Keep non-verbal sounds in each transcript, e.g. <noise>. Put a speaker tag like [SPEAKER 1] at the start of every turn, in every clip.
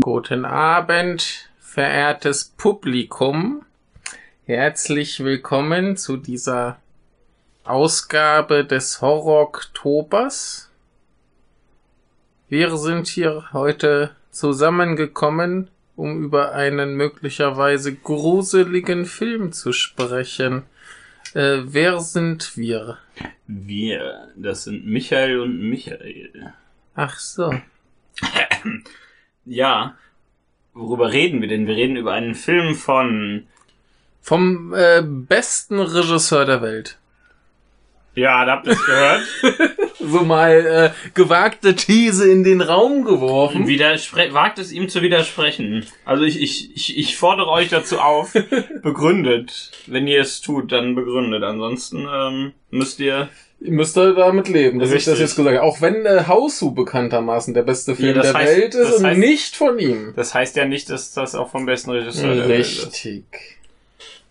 [SPEAKER 1] Guten Abend, verehrtes Publikum. Herzlich willkommen zu dieser Ausgabe des Horror-Oktobers. Wir sind hier heute zusammengekommen, um über einen möglicherweise gruseligen Film zu sprechen. Äh, wer sind wir?
[SPEAKER 2] Wir, das sind Michael und Michael.
[SPEAKER 1] Ach so.
[SPEAKER 2] Ja, worüber reden wir denn? Wir reden über einen Film von.
[SPEAKER 1] Vom äh, besten Regisseur der Welt.
[SPEAKER 2] Ja, da habt ihr es gehört.
[SPEAKER 1] So mal äh, gewagte These in den Raum geworfen.
[SPEAKER 2] Widerspre wagt es ihm zu widersprechen. Also ich, ich, ich, ich fordere euch dazu auf, begründet. Wenn ihr es tut, dann begründet. Ansonsten ähm, müsst ihr.
[SPEAKER 1] Ihr müsst halt damit leben, dass ich das
[SPEAKER 2] Richtig.
[SPEAKER 1] jetzt gesagt habe. Auch wenn äh, Hausu bekanntermaßen der beste Film
[SPEAKER 2] das
[SPEAKER 1] der
[SPEAKER 2] heißt-
[SPEAKER 1] Welt ist
[SPEAKER 2] das
[SPEAKER 1] und
[SPEAKER 2] heißt-
[SPEAKER 1] nicht von ihm.
[SPEAKER 2] Das heißt ja nicht, dass das auch vom besten Regisseur der Welt ist.
[SPEAKER 1] Richtig.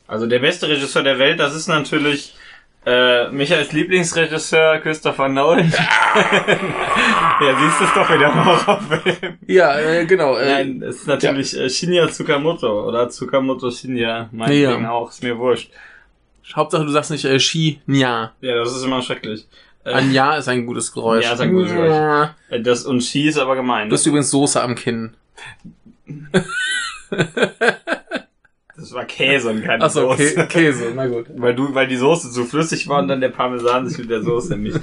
[SPEAKER 2] Also der beste Regisseur der Welt, das ist natürlich äh, Michaels Lieblingsregisseur Christopher Nolan. <laughs> ja, siehst du es doch wieder im Horrorfilm.
[SPEAKER 1] Ja, äh, genau. Äh,
[SPEAKER 2] Nein, es ist natürlich äh, Shinya Tsukamoto oder Tsukamoto Shinya, mein
[SPEAKER 1] Ja.
[SPEAKER 2] Ding auch, ist mir wurscht.
[SPEAKER 1] Hauptsache, du sagst nicht äh, Shi, Nya.
[SPEAKER 2] Ja, das ist immer schrecklich. Äh,
[SPEAKER 1] Ein Ja ist ein gutes Geräusch.
[SPEAKER 2] Ja, ist ein gutes Geräusch.
[SPEAKER 1] Ja.
[SPEAKER 2] äh, das und Shi ist aber gemein. ne?
[SPEAKER 1] Du hast übrigens Soße am Kinn.
[SPEAKER 2] das war Käse und keine
[SPEAKER 1] Ach so,
[SPEAKER 2] Soße.
[SPEAKER 1] Kä Käse, na gut.
[SPEAKER 2] Weil du, weil die Soße zu flüssig war und dann der Parmesan sich mit
[SPEAKER 1] <laughs>
[SPEAKER 2] der Soße mischt.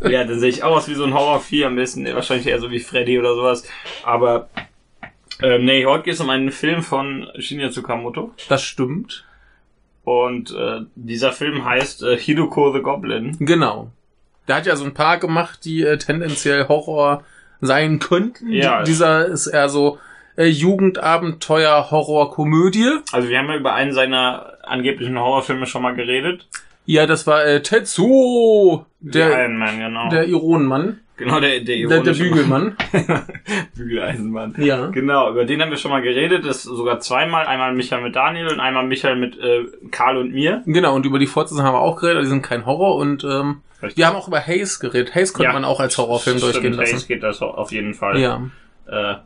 [SPEAKER 2] Ja, dann sehe ich auch aus wie so ein Horror 4 am besten, äh, wahrscheinlich eher so wie Freddy oder sowas. Aber ähm, nee, heute geht es um einen Film von Shinya Tsukamoto.
[SPEAKER 1] Das stimmt.
[SPEAKER 2] Und äh, dieser Film heißt äh, Hidoko the Goblin.
[SPEAKER 1] Genau. Der hat ja so ein paar gemacht, die äh, tendenziell Horror sein könnten.
[SPEAKER 2] Ja.
[SPEAKER 1] Die, dieser ist eher so äh, Jugendabenteuer, Horror, Komödie.
[SPEAKER 2] Also wir haben ja über einen seiner angeblichen Horrorfilme schon mal geredet.
[SPEAKER 1] Ja, das war äh, Tetsuo, der,
[SPEAKER 2] Iron Man, genau.
[SPEAKER 1] der Ironenmann,
[SPEAKER 2] genau, der, der,
[SPEAKER 1] der, der
[SPEAKER 2] ironische- <laughs>
[SPEAKER 1] Bügelmann.
[SPEAKER 2] Bügeleisenbahn. <laughs>
[SPEAKER 1] Ja.
[SPEAKER 2] Genau, über den haben wir schon mal geredet. Das sogar zweimal. Einmal Michael mit Daniel und einmal Michael mit äh, Karl und mir.
[SPEAKER 1] Genau, und über die Fortsetzung haben wir auch geredet, aber die sind kein Horror und ähm,
[SPEAKER 2] Richtig.
[SPEAKER 1] wir haben auch über Haze geredet. Haze könnte
[SPEAKER 2] Ja.
[SPEAKER 1] man auch als Horrorfilm
[SPEAKER 2] Stimmt,
[SPEAKER 1] durchgehen
[SPEAKER 2] Haze
[SPEAKER 1] lassen.
[SPEAKER 2] geht das auf jeden Fall.
[SPEAKER 1] Ja.
[SPEAKER 2] Äh,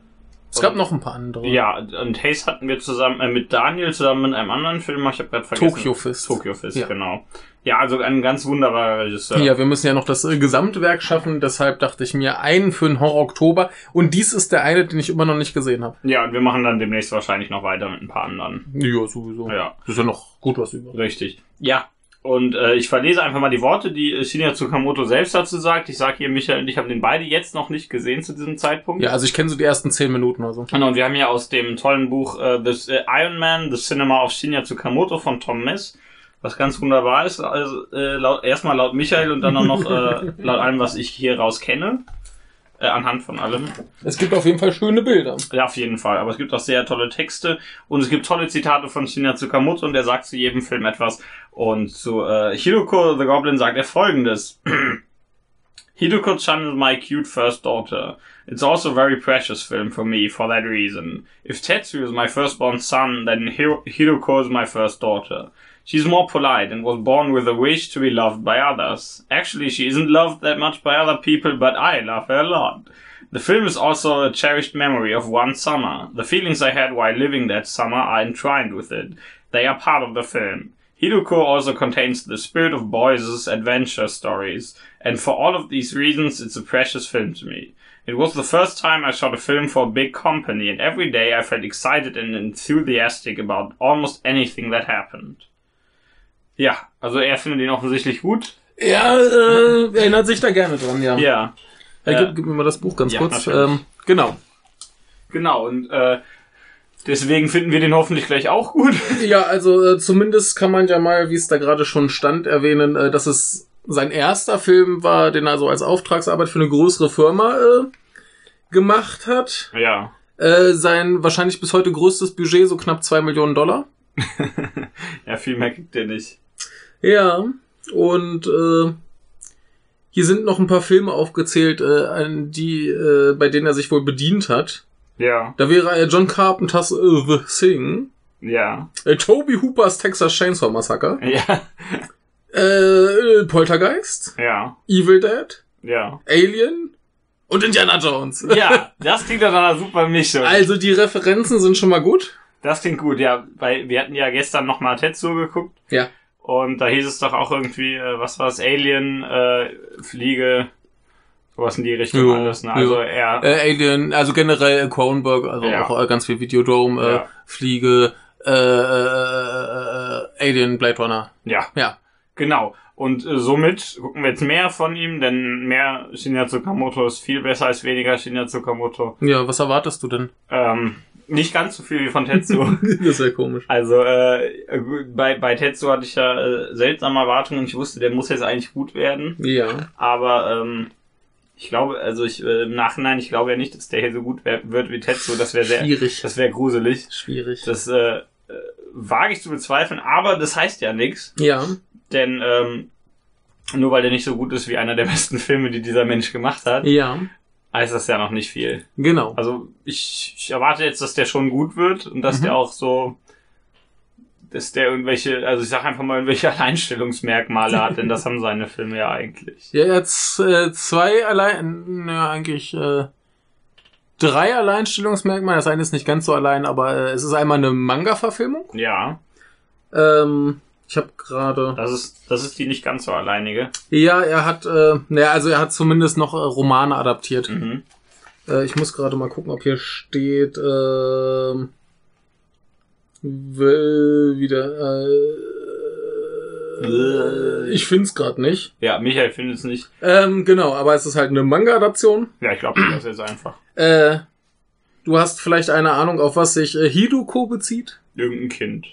[SPEAKER 1] Es gab
[SPEAKER 2] Und-
[SPEAKER 1] noch ein paar andere.
[SPEAKER 2] ja, und Haze hatten wir zusammen äh, mit Daniel zusammen in einem anderen Film, ich habe gerade vergessen.
[SPEAKER 1] Tokyo Fist.
[SPEAKER 2] Tokyo Fist,
[SPEAKER 1] Ja.
[SPEAKER 2] genau. Ja, also ein ganz wunderbarer Regisseur.
[SPEAKER 1] Ja, wir müssen ja noch das äh, Gesamtwerk schaffen, deshalb dachte ich mir einen für den Horror Oktober und dies ist der eine, den ich immer noch nicht gesehen habe.
[SPEAKER 2] Ja, und wir machen dann demnächst wahrscheinlich noch weiter mit ein paar anderen.
[SPEAKER 1] Ja, sowieso.
[SPEAKER 2] Ja,
[SPEAKER 1] Das ist ja noch gut was über.
[SPEAKER 2] richtig. Ja. Und äh, ich verlese einfach mal die Worte, die äh, Shinya Tsukamoto selbst dazu sagt. Ich sage hier, Michael und ich haben den beide jetzt noch nicht gesehen zu diesem Zeitpunkt.
[SPEAKER 1] Ja, also ich kenne so die ersten zehn Minuten oder so.
[SPEAKER 2] Genau, und wir haben ja aus dem tollen Buch äh, The äh, Iron Man, The Cinema of Shinya Tsukamoto von Tom Mess, was ganz wunderbar ist, also, äh, laut, erstmal laut Michael und dann auch noch äh, laut allem, was ich hier raus kenne. Äh, anhand von allem.
[SPEAKER 1] Es gibt auf jeden Fall schöne Bilder.
[SPEAKER 2] Ja, auf jeden Fall. Aber es gibt auch sehr tolle Texte und es gibt tolle Zitate von Shinya Tsukamoto und er sagt zu jedem Film etwas. Und zu äh, Hidoko the Goblin sagt er folgendes. <clears throat> Hidoko-chan is my cute first daughter. It's also a very precious film for me for that reason. If Tetsu is my firstborn son, then Hiro- Hidoko is my first daughter. She's more polite and was born with a wish to be loved by others. Actually, she isn't loved that much by other people, but I love her a lot. The film is also a cherished memory of one summer. The feelings I had while living that summer are entwined with it. They are part of the film. Hidoko also contains the spirit of boys' adventure stories, and for all of these reasons, it's a precious film to me. It was the first time I shot a film for a big company, and every day I felt excited and enthusiastic about almost anything that happened. Ja, also er findet ihn offensichtlich gut.
[SPEAKER 1] Ja, äh, erinnert sich da gerne dran, ja.
[SPEAKER 2] Ja.
[SPEAKER 1] Äh,
[SPEAKER 2] Ja.
[SPEAKER 1] gib, gib mir mal das Buch ganz
[SPEAKER 2] Ja,
[SPEAKER 1] kurz.
[SPEAKER 2] natürlich.
[SPEAKER 1] Ähm, genau.
[SPEAKER 2] Genau, und äh, deswegen finden wir den hoffentlich gleich auch gut.
[SPEAKER 1] Ja, also äh, zumindest kann man ja mal, wie es da gerade schon stand, erwähnen, äh, dass es sein erster Film war, den er so als Auftragsarbeit für eine größere Firma äh, gemacht hat.
[SPEAKER 2] Ja.
[SPEAKER 1] Äh, sein wahrscheinlich bis heute größtes Budget, so knapp zwei Millionen Dollar.
[SPEAKER 2] Ja, viel mehr kriegt ihr nicht.
[SPEAKER 1] Ja, und äh, hier sind noch ein paar Filme aufgezählt, äh, an die, äh, bei denen er sich wohl bedient hat.
[SPEAKER 2] Ja.
[SPEAKER 1] Da wäre äh, John Carpenters äh, The Thing,
[SPEAKER 2] Ja.
[SPEAKER 1] äh, Toby Hoopers Texas Chainsaw Massacre,
[SPEAKER 2] Ja.
[SPEAKER 1] äh, Poltergeist,
[SPEAKER 2] Ja.
[SPEAKER 1] Evil Dead,
[SPEAKER 2] Ja.
[SPEAKER 1] Alien und Indiana Jones.
[SPEAKER 2] Ja, das klingt doch nach einer super Mischung.
[SPEAKER 1] Also die Referenzen sind schon mal gut.
[SPEAKER 2] Das klingt gut, ja. Weil wir hatten ja gestern nochmal Tetsuo geguckt.
[SPEAKER 1] Ja.
[SPEAKER 2] Und da hieß es doch auch irgendwie, äh, was war es, Alien, äh, Fliege, sowas in die Richtung
[SPEAKER 1] Jo,
[SPEAKER 2] alles. Ne?
[SPEAKER 1] jo.
[SPEAKER 2] Also eher,
[SPEAKER 1] Äh, Alien, also generell äh, Cronenberg, also
[SPEAKER 2] Ja.
[SPEAKER 1] auch äh, ganz viel Videodrome, äh,
[SPEAKER 2] Ja.
[SPEAKER 1] Fliege, äh, äh, äh, äh, Alien, Blade Runner.
[SPEAKER 2] ja,
[SPEAKER 1] Ja.
[SPEAKER 2] genau. Und äh, somit gucken wir jetzt mehr von ihm, denn mehr Shinya Tsukamoto ist viel besser als weniger Shinya Tsukamoto.
[SPEAKER 1] Ja, was erwartest du denn?
[SPEAKER 2] Ähm, nicht ganz so viel wie von <laughs> Tetsuo.
[SPEAKER 1] <laughs> das wäre komisch.
[SPEAKER 2] Also äh, gut, bei, bei Tetsuo hatte ich ja äh, seltsame Erwartungen. Ich wusste, der muss jetzt eigentlich gut werden.
[SPEAKER 1] Ja.
[SPEAKER 2] Aber ähm, ich glaube, also ich äh, im Nachhinein, ich glaube ja nicht, dass der hier so gut wer- wird wie Tetsuo. Das wäre sehr,
[SPEAKER 1] Schwierig.
[SPEAKER 2] das wäre gruselig.
[SPEAKER 1] Schwierig.
[SPEAKER 2] Das äh, äh, wage ich zu bezweifeln. Aber das heißt ja nichts,
[SPEAKER 1] ja.
[SPEAKER 2] denn ähm, nur weil der nicht so gut ist wie einer der besten Filme, die dieser Mensch gemacht hat,
[SPEAKER 1] Ja.
[SPEAKER 2] heißt das ja noch nicht viel.
[SPEAKER 1] Genau.
[SPEAKER 2] Also ich, ich erwarte jetzt, dass der schon gut wird und dass
[SPEAKER 1] Mhm.
[SPEAKER 2] der auch so, dass der irgendwelche, also ich sag einfach mal, irgendwelche <laughs> Alleinstellungsmerkmale hat, denn das haben seine Filme ja eigentlich.
[SPEAKER 1] Ja, jetzt äh, zwei allein, na, eigentlich äh, drei Alleinstellungsmerkmale. Das eine ist nicht ganz so allein, aber äh, es ist einmal eine Manga-Verfilmung.
[SPEAKER 2] Ja,
[SPEAKER 1] Ähm, ich habe gerade.
[SPEAKER 2] das ist, das ist die nicht ganz so alleinige.
[SPEAKER 1] Ja, er hat, äh, naja, also er hat zumindest noch äh, Romane adaptiert.
[SPEAKER 2] Mhm.
[SPEAKER 1] Äh, ich muss gerade mal gucken, ob hier steht, ähm, will wieder, äh, ich find's gerade nicht.
[SPEAKER 2] Ja, Michael findet es nicht.
[SPEAKER 1] Ähm, genau, aber es ist halt eine Manga-Adaption.
[SPEAKER 2] Ja, ich glaube das jetzt einfach.
[SPEAKER 1] Äh, du hast vielleicht eine Ahnung, auf was sich äh, Hiduko bezieht?
[SPEAKER 2] Irgendein Kind.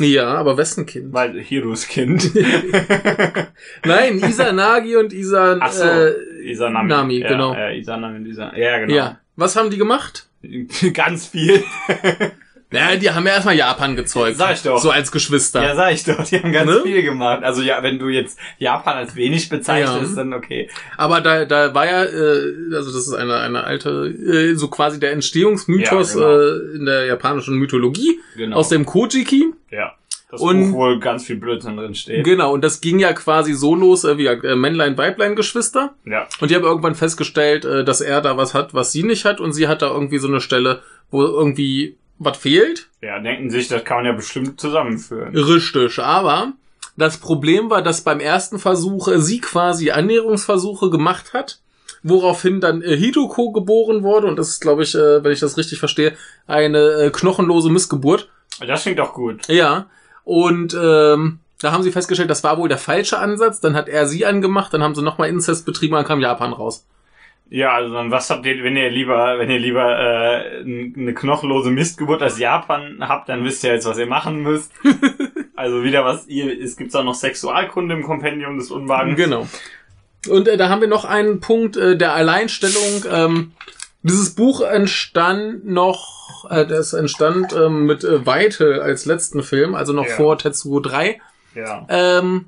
[SPEAKER 1] Ja, aber wessen Kind?
[SPEAKER 2] Weil
[SPEAKER 1] <laughs>
[SPEAKER 2] Hiros Kind.
[SPEAKER 1] Nein, Isanagi
[SPEAKER 2] <laughs>
[SPEAKER 1] und Isan,
[SPEAKER 2] Ach so,
[SPEAKER 1] äh,
[SPEAKER 2] Isanami.
[SPEAKER 1] Nami,
[SPEAKER 2] ja,
[SPEAKER 1] genau.
[SPEAKER 2] Ja, Isanami, Isan ja, genau.
[SPEAKER 1] Ja. Was haben die gemacht?
[SPEAKER 2] <laughs> ganz viel.
[SPEAKER 1] Ja, die haben ja erstmal Japan gezeugt.
[SPEAKER 2] Sag ich doch.
[SPEAKER 1] So als Geschwister.
[SPEAKER 2] Ja, sag ich doch, die haben ganz
[SPEAKER 1] Ne?
[SPEAKER 2] viel gemacht. Also ja, wenn du jetzt Japan als wenig bezeichnest,
[SPEAKER 1] Ja.
[SPEAKER 2] dann okay.
[SPEAKER 1] Aber da, da war ja, äh, also das ist eine, eine alte, äh, so quasi der Entstehungsmythos
[SPEAKER 2] Ja, genau.
[SPEAKER 1] äh, in der japanischen Mythologie
[SPEAKER 2] Genau.
[SPEAKER 1] aus dem Kojiki.
[SPEAKER 2] ja. Das
[SPEAKER 1] Und-
[SPEAKER 2] Buch, wohl ganz viel Blödsinn drin steht.
[SPEAKER 1] Genau, und das ging ja quasi so los, äh, wie äh, Männlein, Weiblein, Geschwister.
[SPEAKER 2] Ja.
[SPEAKER 1] Und die haben irgendwann festgestellt, äh, dass er da was hat, was sie nicht hat. Und sie hat da irgendwie so eine Stelle, wo irgendwie was fehlt.
[SPEAKER 2] Ja, denken sich, das kann man ja bestimmt zusammenführen.
[SPEAKER 1] Richtig, aber das Problem war, dass beim ersten Versuch äh, sie quasi Annäherungsversuche gemacht hat. Woraufhin dann äh, Hidoko geboren wurde. Und das ist, glaube ich, äh, wenn ich das richtig verstehe, eine äh, knochenlose Missgeburt.
[SPEAKER 2] Das klingt doch gut.
[SPEAKER 1] Ja. Und ähm, da haben sie festgestellt, das war wohl der falsche Ansatz. Dann hat er sie angemacht. Dann haben sie nochmal Inzest betrieben. Dann kam Japan raus.
[SPEAKER 2] Ja, also dann was habt ihr, wenn ihr lieber, wenn ihr lieber äh, n- eine knochenlose Mistgeburt als Japan habt, dann wisst ihr jetzt, was ihr
[SPEAKER 1] <laughs>
[SPEAKER 2] machen müsst. also wieder was, ihr, es gibt da noch Sexualkunde im Kompendium des Unwagen.
[SPEAKER 1] Genau. Und äh, da haben wir noch einen Punkt äh, der Alleinstellung. Ähm, dieses Buch entstand noch, äh, das entstand ähm, mit äh, Weite als letzten Film, also noch
[SPEAKER 2] Ja.
[SPEAKER 1] vor Tetsuo 3.
[SPEAKER 2] Ja.
[SPEAKER 1] Ähm,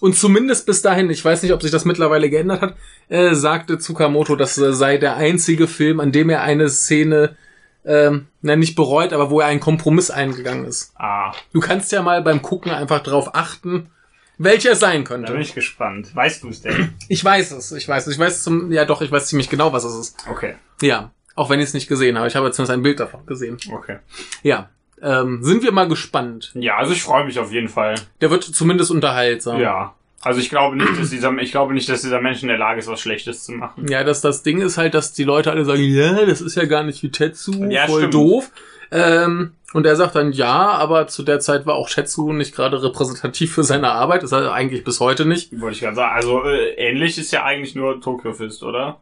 [SPEAKER 1] und zumindest bis dahin, ich weiß nicht, ob sich das mittlerweile geändert hat, äh, sagte Tsukamoto, das äh, sei der einzige Film, an dem er eine Szene ähm, na, nicht bereut, aber wo er einen Kompromiss eingegangen ist.
[SPEAKER 2] Ah,
[SPEAKER 1] Du kannst ja mal beim Gucken einfach drauf achten, welcher es sein könnte.
[SPEAKER 2] da bin ich gespannt. Weißt du es denn?
[SPEAKER 1] Ich weiß es, ich weiß es. Ich weiß zum, ja doch, ich weiß ziemlich genau, was es ist.
[SPEAKER 2] Okay,
[SPEAKER 1] Ja, auch wenn ich es nicht gesehen habe. Ich habe zumindest ein Bild davon gesehen.
[SPEAKER 2] okay.
[SPEAKER 1] Ja, ähm, sind wir mal gespannt.
[SPEAKER 2] Ja, also ich freue mich auf jeden Fall.
[SPEAKER 1] Der wird zumindest unterhaltsam.
[SPEAKER 2] Ja. Also ich glaube nicht, dass dieser ich glaube nicht, dass dieser Mensch in der Lage ist, was Schlechtes zu machen.
[SPEAKER 1] Ja, dass das Ding ist halt, dass die Leute alle sagen, ja, das ist ja gar nicht wie Tetsu,
[SPEAKER 2] Ja,
[SPEAKER 1] voll
[SPEAKER 2] stimmt.
[SPEAKER 1] doof. Ähm, und er sagt dann, ja, aber zu der Zeit war auch Tetsu nicht gerade repräsentativ für seine Arbeit. Das ist er eigentlich bis heute nicht.
[SPEAKER 2] Wollte ich gerade sagen. Also äh, ähnlich ist ja eigentlich nur Tokyo Fist, oder?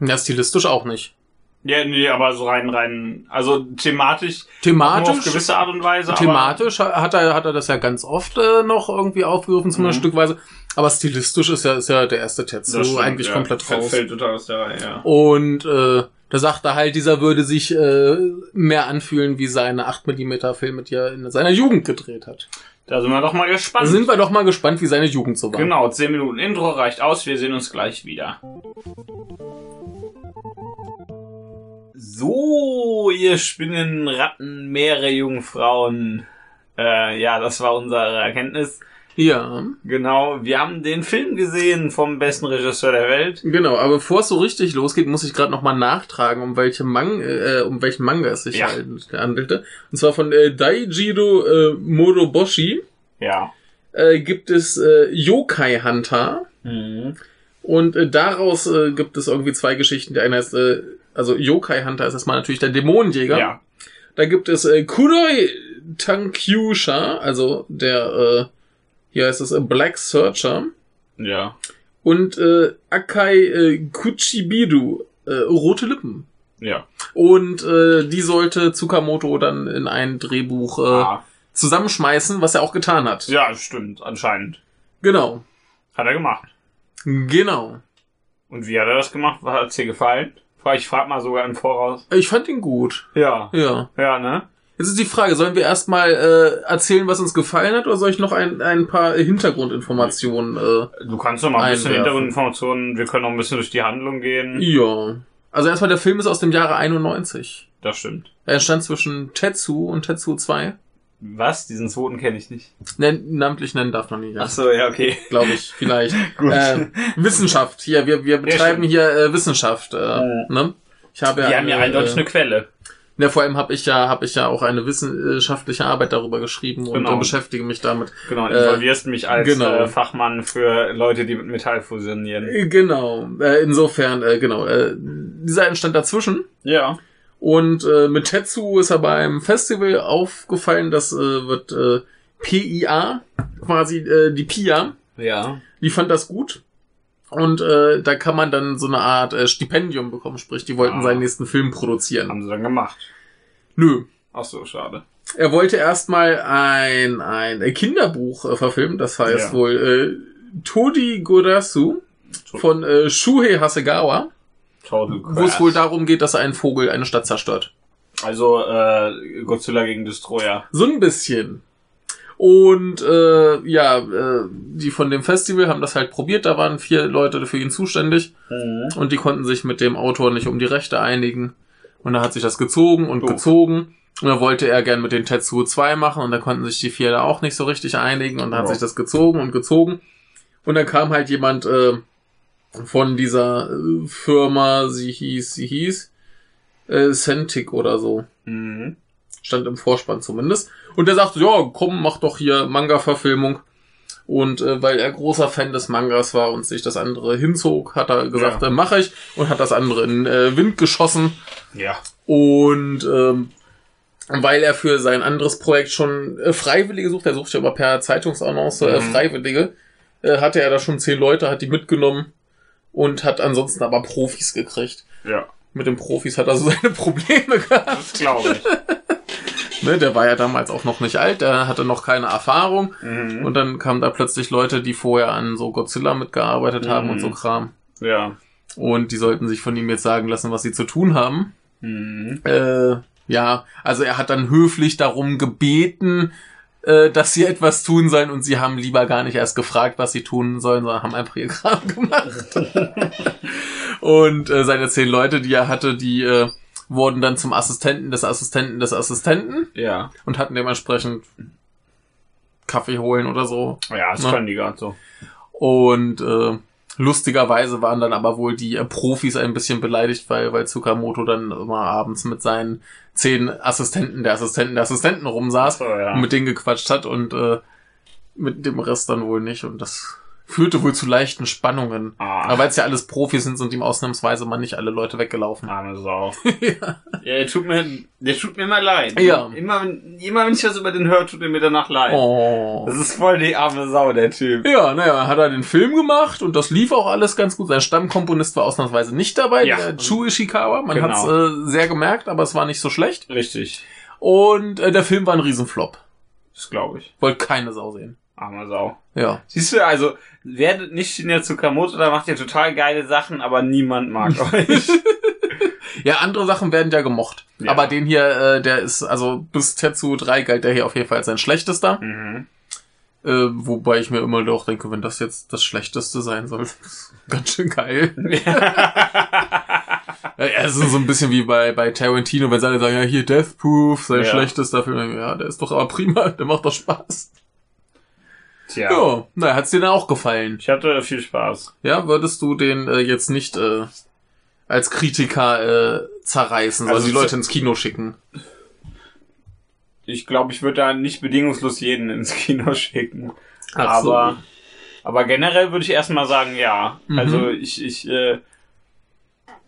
[SPEAKER 1] Ja, stilistisch auch nicht.
[SPEAKER 2] Ja, nee, aber so rein, rein, also thematisch, nur auf
[SPEAKER 1] Thematisch
[SPEAKER 2] gewisse Art und Weise.
[SPEAKER 1] Thematisch hat er, hat er das ja ganz oft äh, noch irgendwie aufgegriffen, zumindest
[SPEAKER 2] Mhm.
[SPEAKER 1] stückweise. Aber stilistisch ist ja, ist ja der erste
[SPEAKER 2] aber
[SPEAKER 1] Tetsu
[SPEAKER 2] stimmt,
[SPEAKER 1] eigentlich
[SPEAKER 2] ja.
[SPEAKER 1] komplett
[SPEAKER 2] Fällt-
[SPEAKER 1] raus. Oh.
[SPEAKER 2] Fällt total aus der Reihe, ja.
[SPEAKER 1] Und äh, da sagt er halt, dieser würde sich äh, mehr anfühlen wie seine 8mm Filme, die er in seiner Jugend gedreht hat.
[SPEAKER 2] Da sind wir doch mal
[SPEAKER 1] Da
[SPEAKER 2] gespannt.
[SPEAKER 1] sind wir doch mal gespannt, wie seine Jugend so war.
[SPEAKER 2] genau, 10 Minuten Intro reicht aus, wir sehen uns gleich wieder. So, ihr Spinnen, Ratten, Meere, Jungfrauen. Äh, ja, das war unsere Erkenntnis.
[SPEAKER 1] Ja.
[SPEAKER 2] Genau, wir haben den Film gesehen vom besten Regisseur der Welt.
[SPEAKER 1] Genau, aber bevor es so richtig losgeht, muss ich gerade nochmal nachtragen, um welche Mang äh, um welchen Manga es sich
[SPEAKER 2] Ja.
[SPEAKER 1] halt handelte. Und zwar von äh, Daijiro äh, Moroboshi
[SPEAKER 2] Ja.
[SPEAKER 1] äh, gibt es äh, Yokai Hunter
[SPEAKER 2] Mhm.
[SPEAKER 1] und äh, daraus äh, gibt es irgendwie zwei Geschichten. Der eine ist, äh, also Yokai Hunter ist erstmal natürlich der Dämonenjäger.
[SPEAKER 2] Ja.
[SPEAKER 1] Da gibt es äh, Kuroi Tankyusha, also der, äh, hier heißt es äh, Black Searcher.
[SPEAKER 2] Ja.
[SPEAKER 1] Und äh, Akai äh, Kuchibiru, äh, rote Lippen.
[SPEAKER 2] Ja.
[SPEAKER 1] Und äh, die sollte Tsukamoto dann in ein Drehbuch äh,
[SPEAKER 2] Ah.
[SPEAKER 1] zusammenschmeißen, was er auch getan hat.
[SPEAKER 2] ja, stimmt, anscheinend.
[SPEAKER 1] Genau.
[SPEAKER 2] Hat er gemacht.
[SPEAKER 1] Genau.
[SPEAKER 2] Und wie hat er das gemacht? Hat es dir gefallen? Frag- Ich frag mal sogar im Voraus.
[SPEAKER 1] Ich fand ihn gut.
[SPEAKER 2] Ja.
[SPEAKER 1] Ja.
[SPEAKER 2] Ja, ne?
[SPEAKER 1] Jetzt ist die Frage, sollen wir erstmal äh, erzählen, was uns gefallen hat, oder soll ich noch ein, ein paar Hintergrundinformationen? Äh,
[SPEAKER 2] Du kannst doch mal ein bisschen
[SPEAKER 1] Einwerfen.
[SPEAKER 2] Hintergrundinformationen, wir können noch ein bisschen durch die Handlung gehen.
[SPEAKER 1] ja. Also erstmal, der Film ist aus dem Jahre 91.
[SPEAKER 2] Das stimmt.
[SPEAKER 1] Er stand zwischen Tetsu und Tetsu 2.
[SPEAKER 2] Was? Diesen zweiten kenne ich nicht.
[SPEAKER 1] Nen namentlich nennen darf man nicht. ja.
[SPEAKER 2] so, ja, okay.
[SPEAKER 1] glaube ich, vielleicht.
[SPEAKER 2] <laughs> Gut.
[SPEAKER 1] Äh, Wissenschaft, hier, wir, wir betreiben
[SPEAKER 2] stimmt.
[SPEAKER 1] hier äh, Wissenschaft. Äh,
[SPEAKER 2] Ja.
[SPEAKER 1] ne? Ich habe ja,
[SPEAKER 2] Wir haben ja eindeutig eine
[SPEAKER 1] äh,
[SPEAKER 2] Quelle.
[SPEAKER 1] ja, vor allem habe ich ja, habe ich ja auch eine wissenschaftliche Arbeit darüber geschrieben und
[SPEAKER 2] Genau.
[SPEAKER 1] äh, beschäftige mich damit.
[SPEAKER 2] Genau,
[SPEAKER 1] äh,
[SPEAKER 2] involvierst mich als
[SPEAKER 1] genau.
[SPEAKER 2] äh, Fachmann für Leute, die mit Metall fusionieren.
[SPEAKER 1] Äh, Genau, äh, insofern, äh, genau. Äh, dieser entstand dazwischen.
[SPEAKER 2] Ja.
[SPEAKER 1] Und äh, mit Tetsu ist er beim Festival aufgefallen, das äh, wird äh, PIA, quasi äh, die PIA.
[SPEAKER 2] Ja.
[SPEAKER 1] die fand das gut. Und äh, da kann man dann so eine Art äh, Stipendium bekommen, sprich, die wollten
[SPEAKER 2] Ah.
[SPEAKER 1] seinen nächsten Film produzieren.
[SPEAKER 2] Haben sie dann gemacht.
[SPEAKER 1] Nö.
[SPEAKER 2] Ach so, schade.
[SPEAKER 1] Er wollte erstmal ein, ein äh, Kinderbuch äh, verfilmen, das heißt
[SPEAKER 2] Ja.
[SPEAKER 1] wohl äh, Todi Gorasu
[SPEAKER 2] To-
[SPEAKER 1] von äh, Shuhei Hasegawa,
[SPEAKER 2] Total
[SPEAKER 1] wo es wohl darum geht, dass ein Vogel eine Stadt zerstört.
[SPEAKER 2] Also äh, Godzilla gegen Destroyer.
[SPEAKER 1] So ein bisschen. Und äh, ja, äh, die von dem Festival haben das halt probiert, da waren vier Leute für ihn zuständig.
[SPEAKER 2] Mhm.
[SPEAKER 1] Und die konnten sich mit dem Autor nicht um die Rechte einigen. Und da hat sich das gezogen und
[SPEAKER 2] Doof.
[SPEAKER 1] gezogen. Und dann wollte er gern mit den Tetsuo 2 machen und da konnten sich die vier da auch nicht so richtig einigen und dann hat
[SPEAKER 2] Ja.
[SPEAKER 1] sich das gezogen und gezogen. Und dann kam halt jemand äh, von dieser äh, Firma, sie hieß, sie hieß, äh, Centig oder so.
[SPEAKER 2] Mhm.
[SPEAKER 1] Stand im Vorspann zumindest. Und der sagte, ja, komm, mach doch hier Manga-Verfilmung. Und äh, weil er großer Fan des Mangas war und sich das andere hinzog, hat er gesagt,
[SPEAKER 2] Ja.
[SPEAKER 1] äh, mache ich. Und hat das andere in äh, Wind geschossen.
[SPEAKER 2] Ja.
[SPEAKER 1] Und ähm, weil er für sein anderes Projekt schon äh, Freiwillige sucht, er sucht ja immer per Zeitungsannonce äh,
[SPEAKER 2] Mhm.
[SPEAKER 1] Freiwillige, äh, hatte er da schon zehn Leute, hat die mitgenommen und hat ansonsten aber Profis gekriegt.
[SPEAKER 2] Ja.
[SPEAKER 1] Mit den Profis hat er so <laughs> seine Probleme gehabt.
[SPEAKER 2] Das glaube ich.
[SPEAKER 1] Ne, der war ja damals auch noch nicht alt, der hatte noch keine Erfahrung.
[SPEAKER 2] <laughs> mhm.
[SPEAKER 1] Und dann kamen da plötzlich Leute, die vorher an so Godzilla mitgearbeitet haben
[SPEAKER 2] Mhm.
[SPEAKER 1] und so Kram.
[SPEAKER 2] Ja.
[SPEAKER 1] Und die sollten sich von ihm jetzt sagen lassen, was sie zu tun haben.
[SPEAKER 2] Mhm.
[SPEAKER 1] Äh, ja, also er hat dann höflich darum gebeten, äh, dass sie etwas tun sollen und sie haben lieber gar nicht erst gefragt, was sie tun sollen, sondern haben einfach ihr <laughs> Kram gemacht. und äh, seine zehn Leute, die er hatte, die äh, wurden dann zum Assistenten des Assistenten des Assistenten
[SPEAKER 2] Ja.
[SPEAKER 1] und hatten dementsprechend Kaffee holen oder so.
[SPEAKER 2] Ja, das
[SPEAKER 1] Ja.
[SPEAKER 2] können die gerade so.
[SPEAKER 1] Und äh, lustigerweise waren dann aber wohl die äh, Profis ein bisschen beleidigt, weil, weil Tsukamoto dann immer abends mit seinen zehn Assistenten der Assistenten der Assistenten rumsaß
[SPEAKER 2] so, ja.
[SPEAKER 1] und mit denen gequatscht hat und äh, mit dem Rest dann wohl nicht. Und das führte wohl zu leichten Spannungen.
[SPEAKER 2] Ah.
[SPEAKER 1] Aber weil es ja alles Profis sind, sind ihm ausnahmsweise mal nicht alle Leute weggelaufen. <laughs>
[SPEAKER 2] Arme Sau. ja. Der tut mir, der tut mir immer leid.
[SPEAKER 1] Ja.
[SPEAKER 2] Immer, wenn- immer wenn ich was über den höre, tut er mir danach leid.
[SPEAKER 1] Oh.
[SPEAKER 2] Das ist voll die arme Sau, der Typ.
[SPEAKER 1] Ja, naja, hat er den Film gemacht und das lief auch alles ganz gut. Sein Stammkomponist war ausnahmsweise nicht dabei,
[SPEAKER 2] Ja.
[SPEAKER 1] der Chu Ishikawa. Man
[SPEAKER 2] Genau.
[SPEAKER 1] hat's äh, sehr gemerkt, aber es war nicht so schlecht.
[SPEAKER 2] Richtig.
[SPEAKER 1] Und äh, der Film war ein Riesenflop.
[SPEAKER 2] Das glaube ich.
[SPEAKER 1] Wollte keine Sau sehen.
[SPEAKER 2] Arme Sau.
[SPEAKER 1] Ja.
[SPEAKER 2] Siehst du, also, werdet nicht Shinya Tsukamoto, da macht ihr total geile Sachen, aber
[SPEAKER 1] <laughs>
[SPEAKER 2] niemand mag euch.
[SPEAKER 1] Ja, andere Sachen werden ja gemocht.
[SPEAKER 2] Ja.
[SPEAKER 1] Aber den hier, äh, der ist, also bis Tetsu 3 galt der hier auf jeden Fall als sein schlechtester.
[SPEAKER 2] mhm.
[SPEAKER 1] Äh, wobei ich mir immer doch denke, wenn das jetzt das Schlechteste sein soll, <laughs> ist ganz schön geil. Ja, es ist so ein bisschen wie bei, bei Tarantino, wenn seine sagen, ja, hier Death Proof, sein <laughs>
[SPEAKER 2] Ja.
[SPEAKER 1] schlechtester Film. Ja, der ist doch aber prima, der macht doch Spaß.
[SPEAKER 2] Tja.
[SPEAKER 1] Ja, na, hat's dir dann auch gefallen.
[SPEAKER 2] Ich hatte viel Spaß.
[SPEAKER 1] Ja, würdest du den äh, jetzt nicht äh, als Kritiker äh, zerreißen, also
[SPEAKER 2] Also
[SPEAKER 1] die
[SPEAKER 2] zu-
[SPEAKER 1] Leute ins Kino schicken?
[SPEAKER 2] Ich glaube, ich würde da nicht bedingungslos jeden ins Kino <laughs> schicken.
[SPEAKER 1] Ach so.
[SPEAKER 2] aber, aber generell würde ich erstmal sagen, ja.
[SPEAKER 1] Mhm.
[SPEAKER 2] Also ich, ich äh,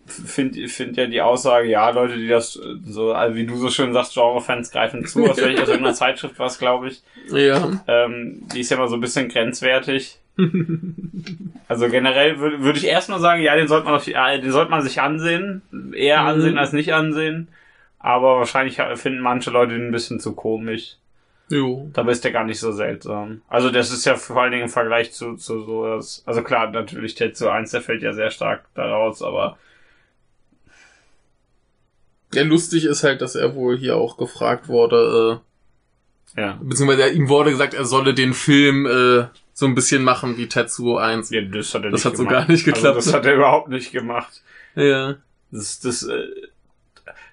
[SPEAKER 2] finde find ja die Aussage, ja, Leute, die das äh, so, also wie du so schön sagst, Genre-Fans greifen zu,
[SPEAKER 1] <laughs>
[SPEAKER 2] aus welcher- aus irgendeiner Zeitschrift was, glaube ich.
[SPEAKER 1] Ja. <laughs>
[SPEAKER 2] Ähm, die ist ja immer so ein bisschen grenzwertig. Also generell würde würd ich erstmal sagen, ja, den sollte man, auf, ja, den sollte man sich ansehen. Eher
[SPEAKER 1] Mhm.
[SPEAKER 2] ansehen als nicht ansehen. Aber wahrscheinlich ha- finden manche Leute den ein bisschen zu komisch.
[SPEAKER 1] Jo.
[SPEAKER 2] Dabei ist der gar nicht so seltsam. Also das ist ja vor allen Dingen im Vergleich zu, zu sowas. Also klar, natürlich Tetsu 1, der fällt ja sehr stark daraus, aber
[SPEAKER 1] Ja, lustig ist halt, dass er wohl hier auch gefragt wurde,
[SPEAKER 2] ja.
[SPEAKER 1] äh, beziehungsweise ihm wurde gesagt, er solle den Film äh, so ein bisschen machen wie Tetsuo 1.
[SPEAKER 2] ja das hat er
[SPEAKER 1] Das
[SPEAKER 2] nicht
[SPEAKER 1] hat so
[SPEAKER 2] gemacht.
[SPEAKER 1] gar nicht geklappt.
[SPEAKER 2] Also das hat er überhaupt nicht gemacht.
[SPEAKER 1] Ja.
[SPEAKER 2] Das, das, äh,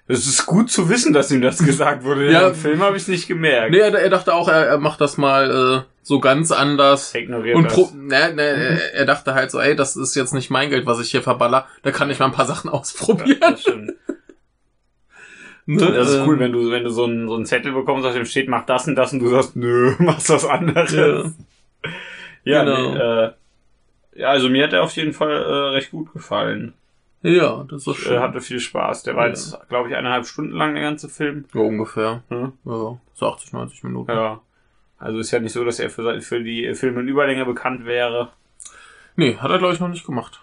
[SPEAKER 2] das ist gut zu wissen, dass ihm das <laughs> gesagt wurde.
[SPEAKER 1] Ja.
[SPEAKER 2] Ja. Im Film habe ich nicht gemerkt.
[SPEAKER 1] Nee, er, er dachte auch, er, er macht das mal äh, so ganz anders.
[SPEAKER 2] Er Ignoriert
[SPEAKER 1] Und
[SPEAKER 2] das. Mhm.
[SPEAKER 1] pro, ne, ne, er, er dachte halt so, ey, das ist jetzt nicht mein Geld, was ich hier verballer. Da kann ich mal ein paar Sachen <laughs>
[SPEAKER 2] ja,
[SPEAKER 1] ausprobieren.
[SPEAKER 2] das, stimmt.
[SPEAKER 1] Ne?
[SPEAKER 2] das ist cool,
[SPEAKER 1] Ähm,
[SPEAKER 2] wenn du, wenn du so einen, so einen Zettel bekommst, auf dem steht, mach das und das und du sagst, nö, <laughs> machst das andere. <laughs> Ja,
[SPEAKER 1] Genau.
[SPEAKER 2] nee, äh, ja, also mir hat er auf jeden Fall äh, recht gut gefallen.
[SPEAKER 1] Ja, das ist
[SPEAKER 2] Ich
[SPEAKER 1] schön.
[SPEAKER 2] äh, hatte viel Spaß. Der war
[SPEAKER 1] Ja.
[SPEAKER 2] jetzt, glaube ich, eineinhalb Stunden lang, der ganze Film.
[SPEAKER 1] ja, ungefähr.
[SPEAKER 2] Hm?
[SPEAKER 1] Ja, so 80, 90 Minuten.
[SPEAKER 2] Ja. Also ist ja nicht so, dass er für, für die Filme in Überlänge bekannt wäre.
[SPEAKER 1] Nee, hat er, glaube ich, noch nicht gemacht.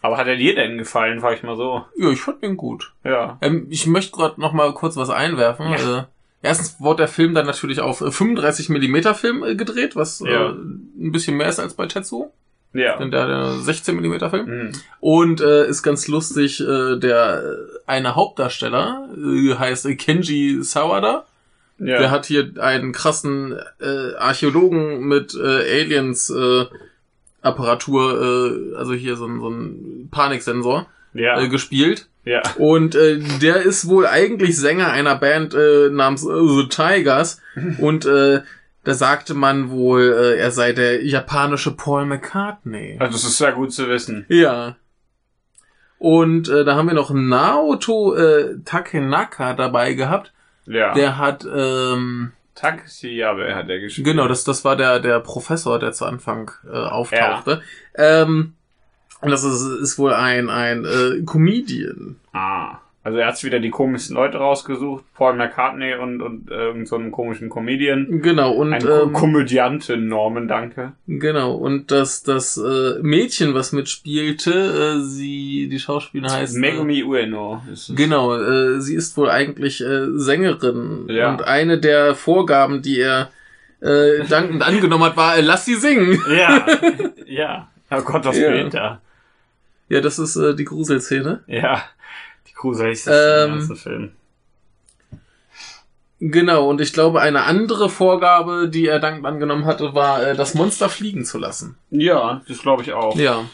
[SPEAKER 2] Aber hat er dir denn gefallen, frage ich mal so.
[SPEAKER 1] Ja, ich fand den gut.
[SPEAKER 2] Ja.
[SPEAKER 1] Ähm, ich möchte gerade noch mal kurz was einwerfen.
[SPEAKER 2] Ja.
[SPEAKER 1] Äh, erstens wurde der Film dann natürlich auf äh, 35 mm Film äh, gedreht, was äh,
[SPEAKER 2] Ja.
[SPEAKER 1] ein bisschen mehr ist als bei Tetsuo.
[SPEAKER 2] Ja.
[SPEAKER 1] Denn der, der 16 mm Film.
[SPEAKER 2] Mhm.
[SPEAKER 1] Und äh, ist ganz lustig, äh, der äh, eine Hauptdarsteller äh, heißt äh, Kenji Sawada.
[SPEAKER 2] Ja.
[SPEAKER 1] Der hat hier einen krassen äh, Archäologen mit äh, Aliens äh, Apparatur, äh, also hier so, ein- so ein Paniksensor
[SPEAKER 2] ja.
[SPEAKER 1] äh, gespielt.
[SPEAKER 2] ja.
[SPEAKER 1] Und äh, der ist wohl eigentlich Sänger einer Band äh, namens äh, The
[SPEAKER 2] <laughs>
[SPEAKER 1] Tigers. Und äh, da sagte man wohl, äh, er sei der japanische Paul McCartney.
[SPEAKER 2] Also das ist sehr gut zu wissen.
[SPEAKER 1] Ja. Und äh, da haben wir noch Naoto äh, Takenaka dabei gehabt.
[SPEAKER 2] Ja.
[SPEAKER 1] Der hat, ähm,
[SPEAKER 2] Taxi, aber er hat er gespielt.
[SPEAKER 1] genau, das, das war der, der Professor, der zu Anfang äh, auftauchte. Ähm, und das ist, ist wohl ein, ein äh, Comedian.
[SPEAKER 2] Ah. Also er hat wieder die komischsten Leute rausgesucht. Paul McCartney und, und äh, irgend so einen komischen Comedian.
[SPEAKER 1] Genau, und
[SPEAKER 2] Ein Ko
[SPEAKER 1] ähm,
[SPEAKER 2] Komödianten, Norman, danke.
[SPEAKER 1] Genau, und das, das äh, Mädchen, was mitspielte, äh, sie, die Schauspielerin heißt. Äh,
[SPEAKER 2] Megumi Ueno. ist es.
[SPEAKER 1] genau, äh, sie ist wohl eigentlich äh, Sängerin.
[SPEAKER 2] Ja.
[SPEAKER 1] Und eine der Vorgaben, die er äh, dankend <laughs> angenommen hat, war, äh, lass sie singen. <laughs>
[SPEAKER 2] Ja. ja. Oh Gott, was
[SPEAKER 1] Ja.
[SPEAKER 2] fehlt da?
[SPEAKER 1] Ja, das ist äh, die Gruselszene.
[SPEAKER 2] Ja. Die gruseligste
[SPEAKER 1] Ähm.
[SPEAKER 2] im ganzen Film.
[SPEAKER 1] Genau, und ich glaube, eine andere Vorgabe, die er dankend angenommen hatte, war, äh, das Monster fliegen zu lassen.
[SPEAKER 2] Ja, das glaube ich auch.
[SPEAKER 1] Ja.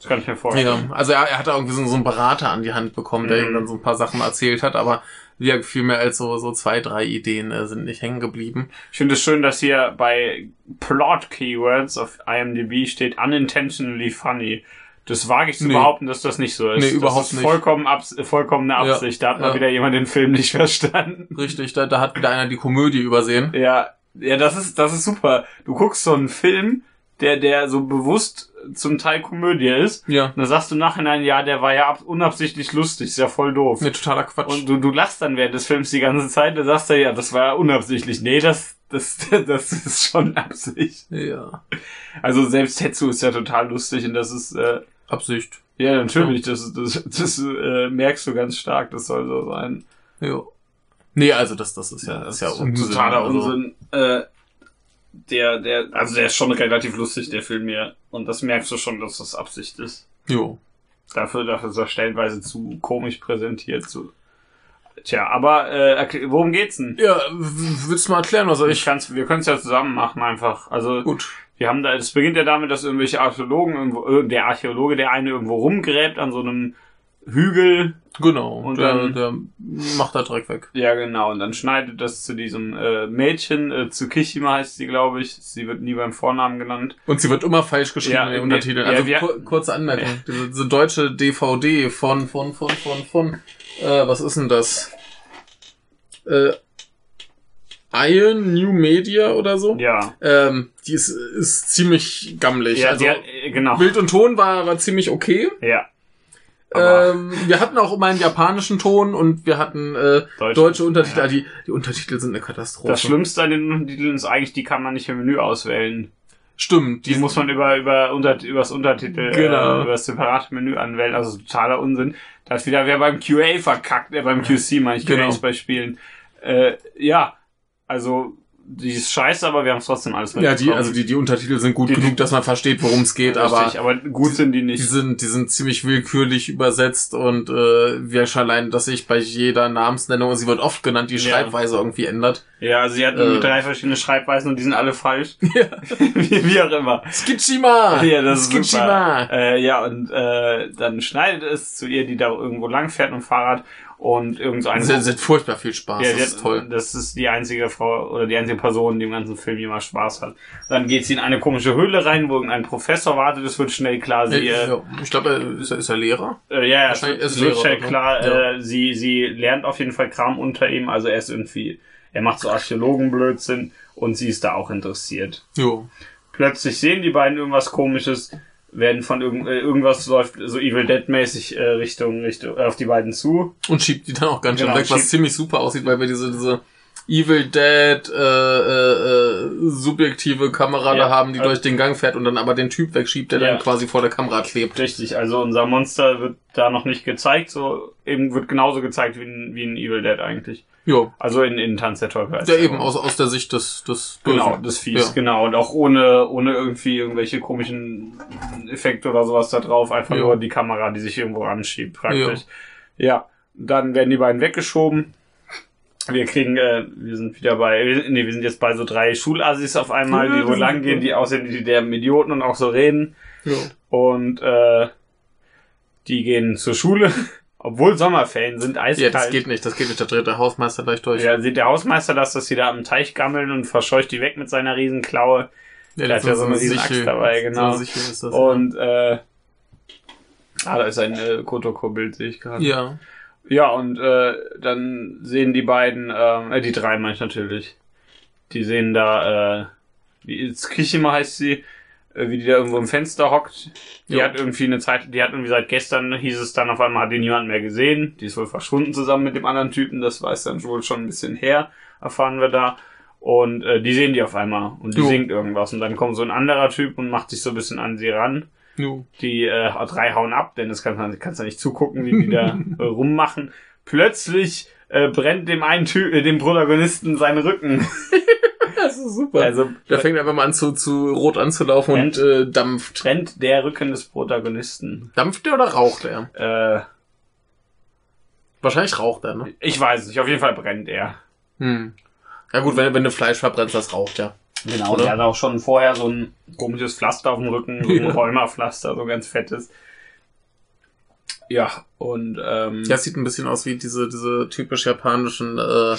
[SPEAKER 2] Das kann ich mir vorstellen.
[SPEAKER 1] Ja, also er, er hat da irgendwie so, so einen Berater an die Hand bekommen, der
[SPEAKER 2] Mhm.
[SPEAKER 1] ihm dann so ein paar Sachen erzählt hat, aber ja, viel mehr als so, so zwei, drei Ideen äh, sind nicht hängen geblieben.
[SPEAKER 2] Ich finde es schön, dass hier bei Plot Keywords auf IMDb steht unintentionally funny. Das wage ich zu
[SPEAKER 1] Nee.
[SPEAKER 2] behaupten, dass das nicht so ist.
[SPEAKER 1] Nee, überhaupt
[SPEAKER 2] das ist
[SPEAKER 1] nicht.
[SPEAKER 2] Vollkommen abs äh, vollkommene
[SPEAKER 1] Ja,
[SPEAKER 2] Absicht. Da hat mal
[SPEAKER 1] ja.
[SPEAKER 2] wieder jemand den Film nicht verstanden.
[SPEAKER 1] Richtig, da, da hat wieder einer die Komödie übersehen.
[SPEAKER 2] <laughs> Ja, ja, das ist das ist super. Du guckst so einen Film, der der so bewusst zum Teil Komödie ist.
[SPEAKER 1] Ja,
[SPEAKER 2] Und dann sagst du im Nachhinein, ja, der war ja ab unabsichtlich lustig, ist ja voll doof.
[SPEAKER 1] ne, totaler Quatsch.
[SPEAKER 2] Und du, du lachst dann während des Films die ganze Zeit, dann sagst du, ja, das war ja unabsichtlich. Nee, das, das, <laughs> das ist schon Absicht.
[SPEAKER 1] ja,
[SPEAKER 2] Also selbst Tetsu ist ja total lustig und das ist äh,
[SPEAKER 1] Absicht.
[SPEAKER 2] ja natürlich, das das, das äh, merkst du ganz stark, das soll so sein.
[SPEAKER 1] Ja. Nee, also das, das ist ja, ist ja Unsinn.
[SPEAKER 2] totaler
[SPEAKER 1] also.
[SPEAKER 2] Unsinn. Äh, der der also der ist schon relativ lustig der Film hier und das merkst du schon, dass das Absicht ist.
[SPEAKER 1] Jo.
[SPEAKER 2] Dafür dafür ist er stellenweise zu komisch präsentiert zu. Tja, aber äh, erkl- worum geht's denn?
[SPEAKER 1] Ja, w- willst du mal erklären, was
[SPEAKER 2] Ich
[SPEAKER 1] ich...
[SPEAKER 2] kann's, wir können es ja zusammen machen einfach. Also
[SPEAKER 1] Gut.
[SPEAKER 2] Wir haben da, es beginnt ja damit, dass irgendwelche Archäologen, irgendwo, äh, der Archäologe, der eine irgendwo rumgräbt an so einem Hügel.
[SPEAKER 1] Genau.
[SPEAKER 2] Und
[SPEAKER 1] Und der,
[SPEAKER 2] dann-
[SPEAKER 1] der macht da direkt weg.
[SPEAKER 2] Ja, genau. Und dann schneidet das zu diesem äh, Mädchen, äh, Tsukishima heißt sie, glaube ich. Sie wird nie beim Vornamen genannt.
[SPEAKER 1] Und sie wird immer falsch geschrieben
[SPEAKER 2] Ja,
[SPEAKER 1] in den
[SPEAKER 2] wir-
[SPEAKER 1] Untertiteln.
[SPEAKER 2] ja,
[SPEAKER 1] Also
[SPEAKER 2] wir-
[SPEAKER 1] kur kurze Anmerkung. Diese, diese deutsche DVD von, von, von, von, von, äh, was ist denn das? Äh, Iron New Media oder so?
[SPEAKER 2] Ja.
[SPEAKER 1] Ähm, die ist, ist ziemlich gammelig.
[SPEAKER 2] Ja,
[SPEAKER 1] also
[SPEAKER 2] die hat, äh, genau.
[SPEAKER 1] Bild und Ton war, war ziemlich okay.
[SPEAKER 2] Ja. Aber
[SPEAKER 1] Ähm, wir hatten auch immer einen japanischen Ton und wir hatten äh,
[SPEAKER 2] Deutsch-
[SPEAKER 1] deutsche Untertitel.
[SPEAKER 2] ja.
[SPEAKER 1] Ah, die, die Untertitel sind eine Katastrophe.
[SPEAKER 2] das Schlimmste an den Untertiteln ist eigentlich, die kann man nicht im Menü auswählen.
[SPEAKER 1] Stimmt,
[SPEAKER 2] Die muss man über, über, unter, übers Untertitel,
[SPEAKER 1] Genau.
[SPEAKER 2] äh, über das separate Menü anwählen. Also totaler Unsinn. Da hat wieder wer beim QA verkackt, äh, beim QC, meine ich,
[SPEAKER 1] Genau.
[SPEAKER 2] QAs bei Spielen. Äh, ja. Also, die ist scheiße, aber wir haben es trotzdem alles
[SPEAKER 1] ja, die,
[SPEAKER 2] mitbekommen.
[SPEAKER 1] also die, die Untertitel sind gut
[SPEAKER 2] Die-
[SPEAKER 1] genug, dass man versteht, worum es geht, aber
[SPEAKER 2] Richtig, aber gut sind die
[SPEAKER 1] die
[SPEAKER 2] nicht.
[SPEAKER 1] sind, die sind ziemlich willkürlich übersetzt und äh, wir schon allein, dass sich bei jeder Namensnennung, und sie wird oft genannt, die
[SPEAKER 2] Ja.
[SPEAKER 1] Schreibweise irgendwie ändert.
[SPEAKER 2] Ja, also sie hat irgendwie
[SPEAKER 1] Äh.
[SPEAKER 2] drei verschiedene Schreibweisen und die sind
[SPEAKER 1] <laughs>
[SPEAKER 2] alle falsch. <laughs> wie, wie auch immer.
[SPEAKER 1] Skitschima!
[SPEAKER 2] <laughs> Ja, das ist
[SPEAKER 1] Skitschima!
[SPEAKER 2] super. Äh, ja, und äh, dann schneidet es zu ihr, die da irgendwo lang fährt mit dem Fahrrad und irgend so eine...
[SPEAKER 1] Sie, sie hat furchtbar viel Spaß,
[SPEAKER 2] ja,
[SPEAKER 1] das
[SPEAKER 2] die
[SPEAKER 1] ist
[SPEAKER 2] hat- äh,
[SPEAKER 1] toll.
[SPEAKER 2] Das ist die einzige Frau oder die einzige Person, die im ganzen Film jemals Spaß hat. Dann geht sie in eine komische Höhle rein, wo irgendein Professor wartet. Es wird schnell klar, sie... Äh,
[SPEAKER 1] Ja, ich glaube, er ist, er- ist er Lehrer?
[SPEAKER 2] äh, ja, ja, es
[SPEAKER 1] Wahrscheinlich
[SPEAKER 2] wird,
[SPEAKER 1] ist
[SPEAKER 2] es wird
[SPEAKER 1] Lehrer
[SPEAKER 2] schnell
[SPEAKER 1] oder so.
[SPEAKER 2] klar,
[SPEAKER 1] Ja.
[SPEAKER 2] äh, sie, sie lernt auf jeden Fall Kram unter ihm. Also er ist irgendwie... Er macht so Archäologenblödsinn und sie ist da auch interessiert.
[SPEAKER 1] Jo.
[SPEAKER 2] plötzlich sehen die beiden irgendwas komisches, werden von irgend, äh, irgendwas läuft so Evil Dead mäßig äh, Richtung Richtung äh, auf die beiden zu.
[SPEAKER 1] Und schiebt die dann auch ganz schön
[SPEAKER 2] Genau,
[SPEAKER 1] weg, was
[SPEAKER 2] schiebt-
[SPEAKER 1] ziemlich super aussieht, weil wir diese, diese Evil Dead äh, äh, äh, subjektive Kamera
[SPEAKER 2] Ja,
[SPEAKER 1] da haben, die
[SPEAKER 2] äh,
[SPEAKER 1] durch den Gang fährt und dann aber den Typ wegschiebt, der
[SPEAKER 2] Ja.
[SPEAKER 1] dann quasi vor der Kamera klebt.
[SPEAKER 2] Richtig, also unser Monster wird da noch nicht gezeigt, so eben wird genauso gezeigt wie in, wie in Evil Dead eigentlich.
[SPEAKER 1] Jo.
[SPEAKER 2] Also in, in Tanz der Teufel. als
[SPEAKER 1] Ja,
[SPEAKER 2] der
[SPEAKER 1] eben,
[SPEAKER 2] Hund.
[SPEAKER 1] aus, aus der Sicht des, des Bösen.
[SPEAKER 2] Genau, das Viehs,
[SPEAKER 1] Ja.
[SPEAKER 2] genau. Und auch ohne, ohne irgendwie irgendwelche komischen Effekte oder sowas da drauf. Einfach
[SPEAKER 1] Ja.
[SPEAKER 2] nur die Kamera, die sich irgendwo anschiebt, praktisch. Ja. dann werden die beiden weggeschoben. Wir kriegen, äh, wir sind wieder bei, wir sind- nee, wir sind jetzt bei so drei Schulassis auf einmal,
[SPEAKER 1] Ja,
[SPEAKER 2] die wo
[SPEAKER 1] das
[SPEAKER 2] lang
[SPEAKER 1] ist
[SPEAKER 2] gehen,
[SPEAKER 1] gut.
[SPEAKER 2] die aussehen wie die derben Idioten und auch so reden.
[SPEAKER 1] Jo.
[SPEAKER 2] Und, äh, die gehen zur Schule, <laughs> obwohl Sommerferien sind, eiskalt.
[SPEAKER 1] Ja, das geht nicht, das geht nicht. Da dreht der Hausmeister gleich durch.
[SPEAKER 2] halt Ja, sieht der Hausmeister das, dass sie da am Teich gammeln und verscheucht die weg mit seiner Riesenklaue. der hat ja so eine riesen Axt dabei, genau.
[SPEAKER 1] So eine Sichel ist das.
[SPEAKER 2] Und, äh, ah, da ist ein äh, Kotoko-Bild, sehe ich gerade. Ja,
[SPEAKER 1] ja.
[SPEAKER 2] und äh, dann sehen die beiden, ähm, äh, die drei meine ich natürlich, die sehen da, äh, wie Tsukishima heißt sie, äh, wie die da irgendwo im Fenster hockt. Die
[SPEAKER 1] Ja.
[SPEAKER 2] hat irgendwie eine Zeit, die hat irgendwie seit gestern, hieß es dann auf einmal, hat die niemand mehr gesehen. Die ist wohl verschwunden zusammen mit dem anderen Typen, das weiß dann wohl schon ein bisschen her, erfahren wir da. Und äh, die sehen die auf einmal und die
[SPEAKER 1] Jo.
[SPEAKER 2] singt irgendwas. Und dann kommt so ein anderer Typ und macht sich so ein bisschen an sie ran
[SPEAKER 1] Jo.
[SPEAKER 2] die äh, drei hauen ab, denn das kannst du kannst ja nicht zugucken, wie die <laughs> da äh, rummachen. Plötzlich äh, brennt dem einen Typ, äh, dem Protagonisten sein Rücken.
[SPEAKER 1] Das ist super.
[SPEAKER 2] Also
[SPEAKER 1] der fängt einfach mal an zu, zu rot anzulaufen und äh, dampft.
[SPEAKER 2] brennt der Rücken des Protagonisten.
[SPEAKER 1] Dampft der oder raucht er?
[SPEAKER 2] Äh,
[SPEAKER 1] Wahrscheinlich raucht er, ne?
[SPEAKER 2] ich weiß nicht, auf jeden Fall brennt er.
[SPEAKER 1] Hm. Ja gut, wenn, wenn du Fleisch verbrennst, das raucht ja.
[SPEAKER 2] Genau,
[SPEAKER 1] Oder?
[SPEAKER 2] der hat auch schon vorher so ein komisches Pflaster auf dem Rücken, <laughs> so ein
[SPEAKER 1] Ja.
[SPEAKER 2] Rheumapflaster, so ganz fettes. Ja, und ähm,
[SPEAKER 1] Ja, es sieht ein bisschen aus wie diese, diese typisch japanischen äh,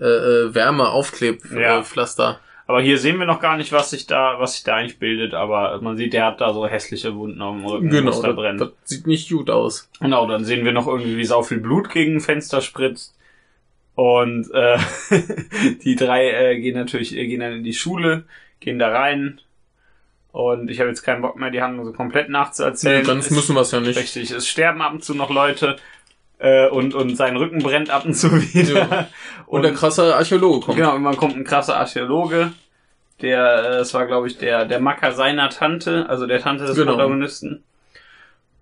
[SPEAKER 1] äh, äh, Wärme-Aufklebpflaster.
[SPEAKER 2] Ja.
[SPEAKER 1] Äh, Pflaster.
[SPEAKER 2] aber hier sehen wir noch gar nicht, was sich da, was sich da eigentlich bildet, aber man sieht, der hat da so hässliche Wunden auf dem Rücken,
[SPEAKER 1] genau,
[SPEAKER 2] wo es da
[SPEAKER 1] das,
[SPEAKER 2] brennt.
[SPEAKER 1] das sieht nicht gut aus.
[SPEAKER 2] Genau, dann sehen wir noch irgendwie, wie sau viel Blut gegen ein Fenster spritzt. Und äh, <laughs> die drei äh, gehen natürlich, äh, gehen dann in die Schule, gehen da rein. Und ich habe jetzt keinen Bock mehr, die Handlung so komplett nachzuerzählen.
[SPEAKER 1] Ganz
[SPEAKER 2] Es-
[SPEAKER 1] müssen wir es ja nicht.
[SPEAKER 2] Richtig, es sterben ab und zu noch Leute äh, und, und sein Rücken brennt ab und zu <laughs> wieder.
[SPEAKER 1] Ja. Und der krasse Archäologe kommt.
[SPEAKER 2] Genau, irgendwann kommt ein krasser Archäologe, der, äh, es war glaube ich der, der Macker seiner Tante, also der Tante des
[SPEAKER 1] Genau.
[SPEAKER 2] Protagonisten.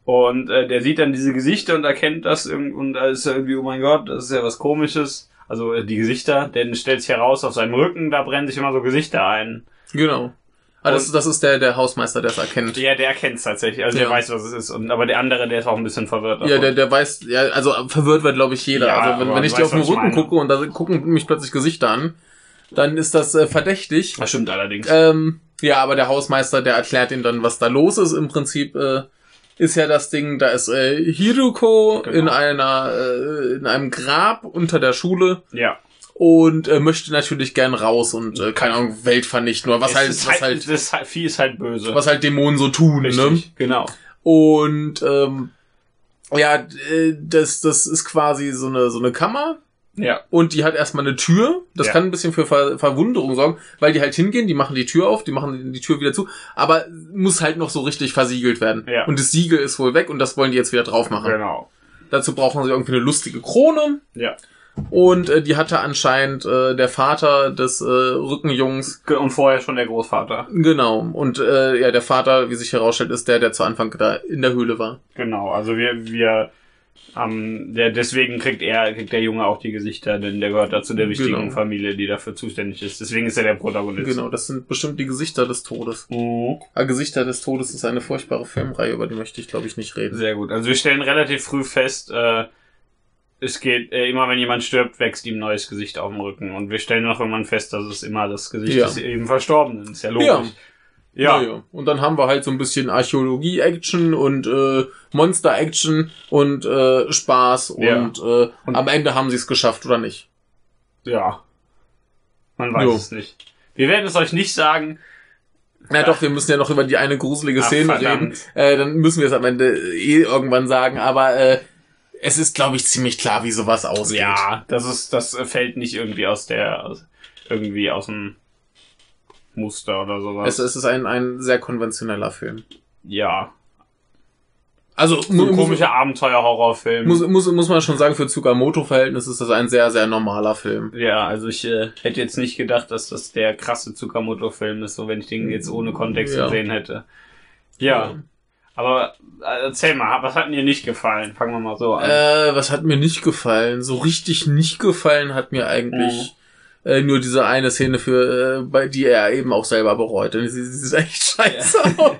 [SPEAKER 2] Und äh, der sieht dann diese Gesichter und erkennt das irgend- und da ist er irgendwie, oh mein Gott, das ist ja was komisches. Also äh, die Gesichter, denn stellt sich heraus, auf seinem Rücken, da brennen sich immer so Gesichter ein.
[SPEAKER 1] Genau. Ah, das, das ist der, der Hausmeister, der es erkennt.
[SPEAKER 2] Ja, der erkennt es tatsächlich, also der
[SPEAKER 1] Ja.
[SPEAKER 2] weiß, was es ist. Und, aber der andere, der ist auch ein bisschen verwirrt.
[SPEAKER 1] Ja,
[SPEAKER 2] davon.
[SPEAKER 1] der, der weiß, ja, also verwirrt wird, glaube ich, jeder.
[SPEAKER 2] Ja,
[SPEAKER 1] also wenn,
[SPEAKER 2] aber
[SPEAKER 1] wenn ich
[SPEAKER 2] du
[SPEAKER 1] dir auf
[SPEAKER 2] weißt,
[SPEAKER 1] den
[SPEAKER 2] was ich
[SPEAKER 1] Rücken
[SPEAKER 2] meine.
[SPEAKER 1] gucke und da gucken mich plötzlich Gesichter an, dann ist das äh, verdächtig.
[SPEAKER 2] das stimmt allerdings.
[SPEAKER 1] Ähm, ja, aber der Hausmeister, der erklärt ihm dann, was da los ist im Prinzip. Äh, ist ja das Ding, da ist äh, Hiruko
[SPEAKER 2] Genau.
[SPEAKER 1] in einer äh, in einem Grab unter der Schule
[SPEAKER 2] Ja.
[SPEAKER 1] und äh, möchte natürlich gern raus und äh, keine Ahnung Welt vernichten oder was
[SPEAKER 2] Es
[SPEAKER 1] halt,
[SPEAKER 2] ist
[SPEAKER 1] was halt
[SPEAKER 2] das halt- Vieh ist halt böse.
[SPEAKER 1] was halt Dämonen so tun, ne?
[SPEAKER 2] Richtig, genau.
[SPEAKER 1] Und ähm, ja, äh, das das ist quasi so eine so eine Kammer
[SPEAKER 2] Ja.
[SPEAKER 1] und die hat erstmal eine Tür. Das
[SPEAKER 2] Ja.
[SPEAKER 1] kann ein bisschen für Ver Verwunderung sorgen, weil die halt hingehen, die machen die Tür auf, die machen die Tür wieder zu, aber muss halt noch so richtig versiegelt werden.
[SPEAKER 2] Ja.
[SPEAKER 1] Und das Siegel ist wohl weg und das wollen die jetzt wieder drauf machen.
[SPEAKER 2] Genau.
[SPEAKER 1] Dazu brauchen sie irgendwie eine lustige Krone
[SPEAKER 2] Ja.
[SPEAKER 1] und äh, die hatte anscheinend äh, der Vater des äh, Rückenjungs.
[SPEAKER 2] Ge- Und vorher schon der Großvater.
[SPEAKER 1] Genau. Und äh, ja, der Vater, wie sich herausstellt, ist der, der zu Anfang da in der Höhle war.
[SPEAKER 2] Genau. Also wir, wir, ähm, der, deswegen kriegt er, kriegt der Junge auch die Gesichter, denn der gehört dazu der wichtigen
[SPEAKER 1] Genau.
[SPEAKER 2] Familie, die dafür zuständig ist. Deswegen ist er der Protagonist.
[SPEAKER 1] Genau, das sind bestimmt die Gesichter des Todes.
[SPEAKER 2] Mhm.
[SPEAKER 1] Ah, Gesichter des Todes ist eine furchtbare Filmreihe, über die möchte ich, glaube ich, nicht reden.
[SPEAKER 2] Sehr gut. Also wir stellen relativ früh fest, äh, es geht, äh, immer wenn jemand stirbt, wächst ihm ein neues Gesicht auf dem Rücken. Und wir stellen noch irgendwann fest, dass es immer das Gesicht
[SPEAKER 1] Ja.
[SPEAKER 2] des eben Verstorbenen ist. Ja,
[SPEAKER 1] Ja.
[SPEAKER 2] logisch. Ja.
[SPEAKER 1] Naja, Und dann haben wir halt so ein bisschen Archäologie-Action und äh, Monster-Action und äh, Spaß
[SPEAKER 2] Ja.
[SPEAKER 1] und, äh,
[SPEAKER 2] Und-
[SPEAKER 1] am Ende haben sie es geschafft oder nicht.
[SPEAKER 2] Ja. Man weiß
[SPEAKER 1] Jo.
[SPEAKER 2] es nicht. Wir werden es euch nicht sagen.
[SPEAKER 1] Na doch, wir müssen ja noch über die eine gruselige
[SPEAKER 2] Ach,
[SPEAKER 1] Szene reden.
[SPEAKER 2] verdammt.
[SPEAKER 1] Äh, dann müssen wir es am Ende eh irgendwann sagen, aber äh, es ist, glaube ich, ziemlich klar, wie sowas ausgeht.
[SPEAKER 2] Ja, das ist, das äh, fällt nicht irgendwie aus der, aus, irgendwie aus dem Muster oder sowas.
[SPEAKER 1] Es, es ist ein, ein sehr konventioneller Film.
[SPEAKER 2] ja.
[SPEAKER 1] Also
[SPEAKER 2] So
[SPEAKER 1] mu-
[SPEAKER 2] ein
[SPEAKER 1] mu-
[SPEAKER 2] komischer Abenteuer-Horrorfilm.
[SPEAKER 1] muss, muss, muss man schon sagen, für Tsukamoto-Verhältnis ist das ein sehr, sehr normaler Film.
[SPEAKER 2] Ja, also ich äh, hätte jetzt nicht gedacht, dass das der krasse Tsukamoto-Film ist, so wenn ich den jetzt ohne Kontext
[SPEAKER 1] Hm. Ja.
[SPEAKER 2] gesehen hätte. Ja. Aber äh, erzähl mal, was hat mir nicht gefallen? Fangen wir mal so an.
[SPEAKER 1] Äh, was hat mir nicht gefallen? So richtig nicht gefallen hat mir eigentlich äh, nur diese eine Szene für, äh, bei die er eben auch selber bereut. Und sie, sie sieht echt scheiße aus. <laughs>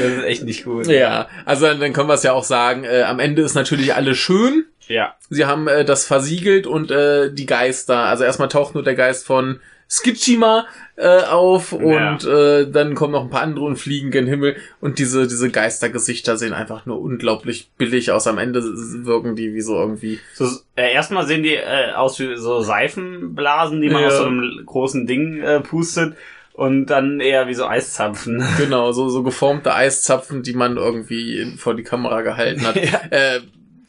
[SPEAKER 2] das ist echt nicht gut.
[SPEAKER 1] Ja, also dann, dann können wir es ja auch sagen. Äh, am Ende ist natürlich alles schön.
[SPEAKER 2] Ja.
[SPEAKER 1] Sie haben äh, das versiegelt und äh, die Geister. Also erstmal taucht nur der Geist von Skitschima äh, auf
[SPEAKER 2] Ja.
[SPEAKER 1] und äh, dann kommen noch ein paar andere und fliegen gen Himmel. Und diese, diese Geistergesichter sehen einfach nur unglaublich billig aus. Am Ende wirken die wie so irgendwie.
[SPEAKER 2] So, äh, erstmal sehen die äh, aus wie so Seifenblasen, die man
[SPEAKER 1] Ja.
[SPEAKER 2] aus so einem großen Ding äh, pustet und dann eher wie so Eiszapfen. <laughs>
[SPEAKER 1] Genau, so, so geformte Eiszapfen, die man irgendwie in, vor die Kamera gehalten hat.
[SPEAKER 2] <laughs> Ja.
[SPEAKER 1] Äh,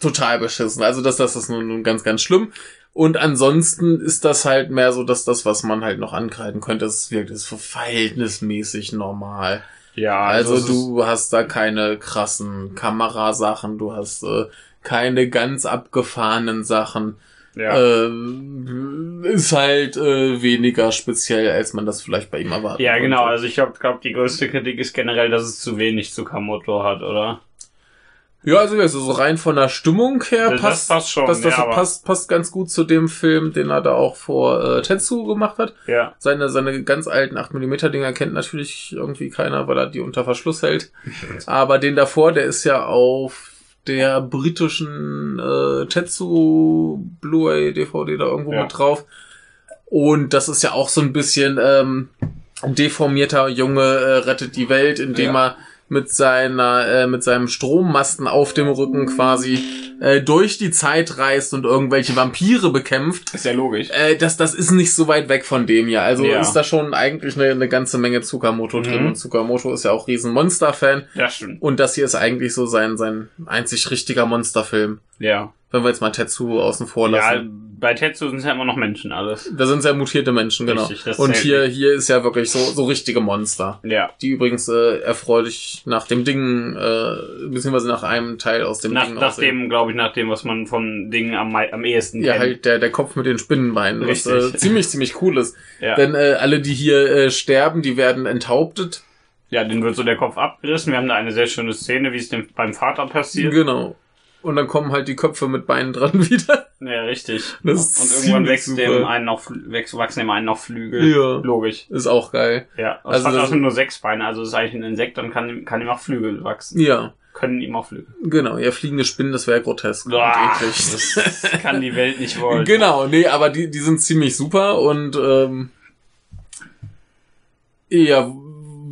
[SPEAKER 1] total beschissen. Also das, das ist nun, nun ganz, ganz schlimm. Und ansonsten ist das halt mehr so, dass das, was man halt noch ankreiden könnte, es wirkt ist verhältnismäßig normal.
[SPEAKER 2] Ja,
[SPEAKER 1] Also,
[SPEAKER 2] es ist-
[SPEAKER 1] du hast da keine krassen Kamerasachen, du hast äh, keine ganz abgefahrenen Sachen. äh,
[SPEAKER 2] ja.
[SPEAKER 1] Ähm, ist halt äh, weniger speziell, als man das vielleicht bei ihm erwartet. äh,
[SPEAKER 2] ja, genau. Also ich glaube, glaub, die größte Kritik ist generell, dass es zu wenig Tsukamoto hat, oder?
[SPEAKER 1] Ja, also, also so rein von der Stimmung her
[SPEAKER 2] Das
[SPEAKER 1] passt
[SPEAKER 2] passt schon,
[SPEAKER 1] das, das
[SPEAKER 2] ja, aber-
[SPEAKER 1] passt, passt ganz gut zu dem Film, den er da auch vor äh, Tetsu gemacht hat.
[SPEAKER 2] Ja.
[SPEAKER 1] Seine, seine ganz alten 8mm Dinger kennt natürlich irgendwie keiner, weil er die unter Verschluss
[SPEAKER 2] <laughs>
[SPEAKER 1] hält. Aber den davor, der ist ja auf der britischen äh, Tetsu Blu-ray DVD da irgendwo
[SPEAKER 2] Ja.
[SPEAKER 1] mit drauf. Und das ist ja auch so ein bisschen ähm, deformierter Junge äh, rettet die Welt, indem
[SPEAKER 2] Ja.
[SPEAKER 1] er mit seiner äh, mit seinem Strommasten auf dem Rücken quasi äh, durch die Zeit reist und irgendwelche Vampire bekämpft.
[SPEAKER 2] Ist ja logisch.
[SPEAKER 1] Äh, das, das ist nicht so weit weg von dem hier. Also
[SPEAKER 2] Ja.
[SPEAKER 1] ist da schon eigentlich eine, eine ganze Menge Tsukamoto drin.
[SPEAKER 2] Mhm.
[SPEAKER 1] Und Tsukamoto ist ja auch riesen Monster-Fan.
[SPEAKER 2] Ja, stimmt.
[SPEAKER 1] Und das hier ist eigentlich so sein, sein einzig richtiger Monsterfilm.
[SPEAKER 2] Ja.
[SPEAKER 1] Wenn wir jetzt mal Tetsu außen vor
[SPEAKER 2] Ja,
[SPEAKER 1] lassen.
[SPEAKER 2] bei Tetsu sind ja immer noch Menschen alles.
[SPEAKER 1] Da sind sehr mutierte Menschen, genau.
[SPEAKER 2] Richtig, das
[SPEAKER 1] und
[SPEAKER 2] zählt
[SPEAKER 1] hier, hier ist ja wirklich so, so richtige Monster.
[SPEAKER 2] Ja.
[SPEAKER 1] Die übrigens äh, erfreulich nach dem Ding, äh, beziehungsweise nach einem Teil aus dem
[SPEAKER 2] Nach,
[SPEAKER 1] Ding
[SPEAKER 2] nach
[SPEAKER 1] aussehen.
[SPEAKER 2] dem, glaube ich, nach dem, was man von Dingen am, mei- am ehesten
[SPEAKER 1] Ja,
[SPEAKER 2] kennt.
[SPEAKER 1] halt der, der Kopf mit den Spinnenbeinen, was äh,
[SPEAKER 2] Richtig.
[SPEAKER 1] ziemlich, ziemlich cool ist.
[SPEAKER 2] Ja.
[SPEAKER 1] Denn äh, alle, die hier äh, sterben, die werden enthauptet.
[SPEAKER 2] ja, dann wird so der Kopf abgerissen. Wir haben da eine sehr schöne Szene, wie es dem beim Vater passiert.
[SPEAKER 1] Genau. Und dann kommen halt die Köpfe mit Beinen dran <laughs> wieder.
[SPEAKER 2] Ja, richtig.
[SPEAKER 1] Das ist
[SPEAKER 2] und irgendwann
[SPEAKER 1] ziemlich
[SPEAKER 2] wächst
[SPEAKER 1] super.
[SPEAKER 2] dem einen noch, Flü- wächst, wachsen dem einen noch Flügel.
[SPEAKER 1] Ja.
[SPEAKER 2] Logisch.
[SPEAKER 1] Ist auch geil.
[SPEAKER 2] Ja.
[SPEAKER 1] Also
[SPEAKER 2] Also hat
[SPEAKER 1] das-
[SPEAKER 2] das sind nur sechs Beine, also ist eigentlich ein Insekt, dann kann, ihm- kann ihm auch Flügel wachsen.
[SPEAKER 1] Ja,
[SPEAKER 2] Können ihm auch Flügel.
[SPEAKER 1] genau. Ja, fliegende Spinnen, das wäre grotesk und <laughs>
[SPEAKER 2] Ah,
[SPEAKER 1] eklig.
[SPEAKER 2] <laughs> Das kann die Welt nicht wollen.
[SPEAKER 1] Genau, nee, aber die, die sind ziemlich super und ähm, ja,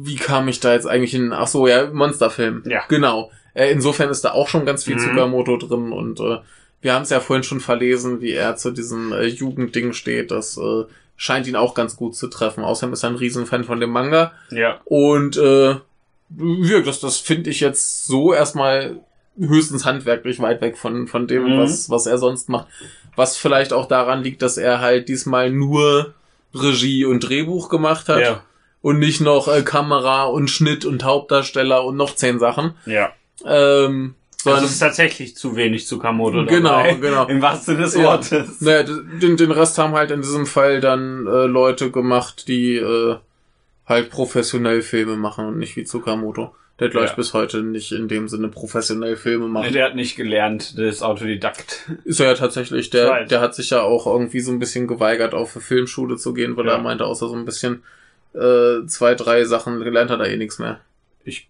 [SPEAKER 1] wie kam ich da jetzt eigentlich hin? Ach so, ja, Monsterfilm.
[SPEAKER 2] Ja.
[SPEAKER 1] Genau. Äh, Äh, insofern ist da auch schon ganz viel
[SPEAKER 2] Mhm.
[SPEAKER 1] Tsukamoto drin und äh, wir haben es ja vorhin schon verlesen, wie er zu diesem äh, Jugendding steht. Das äh, scheint ihn auch ganz gut zu treffen. Außerdem ist er ein Riesenfan von dem Manga.
[SPEAKER 2] Ja.
[SPEAKER 1] Und äh, ja, das, das finde ich jetzt so erstmal höchstens handwerklich weit weg von, von dem,
[SPEAKER 2] Mhm.
[SPEAKER 1] was, was er sonst macht. Was vielleicht auch daran liegt, dass er halt diesmal nur Regie und Drehbuch gemacht hat
[SPEAKER 2] Ja.
[SPEAKER 1] und nicht noch äh, Kamera und Schnitt und Hauptdarsteller und noch zehn Sachen.
[SPEAKER 2] Ja.
[SPEAKER 1] Ähm,
[SPEAKER 2] Das
[SPEAKER 1] sondern,
[SPEAKER 2] ist tatsächlich zu wenig zu Kamoto
[SPEAKER 1] Genau,
[SPEAKER 2] Also dabei.
[SPEAKER 1] genau.
[SPEAKER 2] Im wahrsten Sinne des
[SPEAKER 1] Ja.
[SPEAKER 2] Wortes.
[SPEAKER 1] naja, d- den, den Rest haben halt in diesem Fall dann äh, Leute gemacht, die äh, halt professionell Filme machen und nicht wie Tsukamoto, der gleich
[SPEAKER 2] Ja.
[SPEAKER 1] bis heute nicht in dem Sinne professionell Filme macht.
[SPEAKER 2] Der hat nicht gelernt, der ist Autodidakt.
[SPEAKER 1] Ist er ja tatsächlich,
[SPEAKER 2] Ich
[SPEAKER 1] der,
[SPEAKER 2] weiß.
[SPEAKER 1] der hat sich ja auch irgendwie so ein bisschen geweigert, auf eine Filmschule zu gehen, weil
[SPEAKER 2] Ja.
[SPEAKER 1] er meinte, außer so ein bisschen äh, zwei, drei Sachen gelernt hat er eh nichts mehr.
[SPEAKER 2] Ich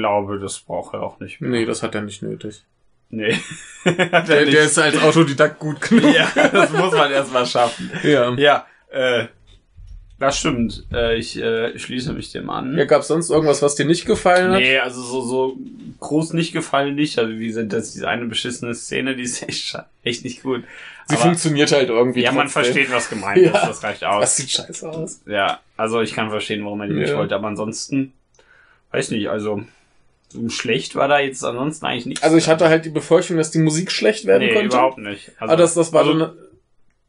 [SPEAKER 2] glaube, das braucht er auch nicht mehr.
[SPEAKER 1] Nee, das hat er nicht nötig.
[SPEAKER 2] Nee. <laughs> Hat er
[SPEAKER 1] Der,
[SPEAKER 2] nicht.
[SPEAKER 1] der ist <laughs> als Autodidakt gut genug.
[SPEAKER 2] ja, das muss man erstmal schaffen.
[SPEAKER 1] Ja.
[SPEAKER 2] Ja, äh, das stimmt. Äh, ich äh, schließe mich dem an.
[SPEAKER 1] ja gab's sonst irgendwas, was dir nicht gefallen hat?
[SPEAKER 2] Nee, also so, so groß nicht gefallen nicht. Also wie gesagt, das diese eine beschissene Szene, die ist <laughs> echt, scha- echt nicht gut.
[SPEAKER 1] Sie
[SPEAKER 2] Aber,
[SPEAKER 1] funktioniert halt irgendwie.
[SPEAKER 2] ja, man
[SPEAKER 1] trotzdem.
[SPEAKER 2] versteht, was gemeint ist.
[SPEAKER 1] Ja.
[SPEAKER 2] Das reicht aus.
[SPEAKER 1] Das sieht scheiße aus.
[SPEAKER 2] Ja, also ich kann verstehen, warum er die nicht
[SPEAKER 1] Ja.
[SPEAKER 2] wollte, aber ansonsten, weiß nicht, also so schlecht war da jetzt ansonsten eigentlich nichts.
[SPEAKER 1] Also ich hatte halt die Befürchtung, dass die Musik schlecht werden
[SPEAKER 2] nee,
[SPEAKER 1] konnte.
[SPEAKER 2] überhaupt nicht. Also,
[SPEAKER 1] aber das, das war
[SPEAKER 2] also
[SPEAKER 1] so eine,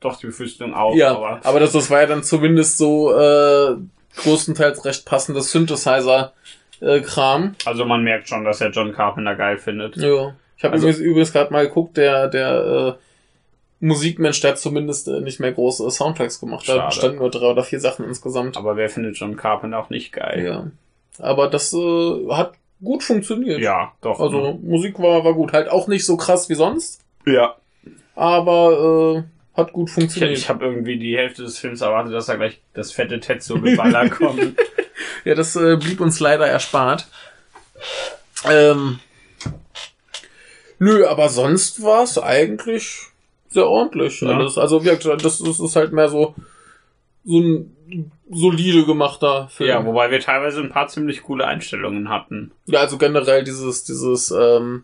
[SPEAKER 2] doch die Befürchtung auch,
[SPEAKER 1] ja,
[SPEAKER 2] aber,
[SPEAKER 1] aber, das, das war ja dann zumindest so äh, größtenteils recht passendes Synthesizer-Kram.
[SPEAKER 2] also man merkt schon, dass er John Carpenter geil findet.
[SPEAKER 1] ja. Ich habe
[SPEAKER 2] Also-
[SPEAKER 1] übrigens, übrigens gerade mal geguckt, der, der äh, Musikmensch, der hat zumindest äh, nicht mehr große Soundtracks gemacht. Da
[SPEAKER 2] Schade.
[SPEAKER 1] standen nur drei oder vier Sachen insgesamt.
[SPEAKER 2] Aber wer findet John Carpenter auch nicht geil?
[SPEAKER 1] ja. aber das äh, hat gut funktioniert.
[SPEAKER 2] Ja, doch.
[SPEAKER 1] Also Musik war, war gut. Halt auch nicht so krass wie sonst,
[SPEAKER 2] ja.
[SPEAKER 1] aber äh, hat gut
[SPEAKER 2] Ich,
[SPEAKER 1] funktioniert.
[SPEAKER 2] ich habe irgendwie die Hälfte des Films erwartet, dass da gleich das fette
[SPEAKER 1] <laughs>
[SPEAKER 2] Tetsu-Geballer kommt.
[SPEAKER 1] Ja, das äh, blieb uns leider erspart. Ähm, nö, aber sonst war's eigentlich sehr ordentlich.
[SPEAKER 2] Ja.
[SPEAKER 1] Alles. Also wie gesagt, das, das ist halt mehr so, so ein solide gemachter Film.
[SPEAKER 2] ja, wobei wir teilweise ein paar ziemlich coole Einstellungen hatten.
[SPEAKER 1] Ja, also generell dieses, dieses ähm,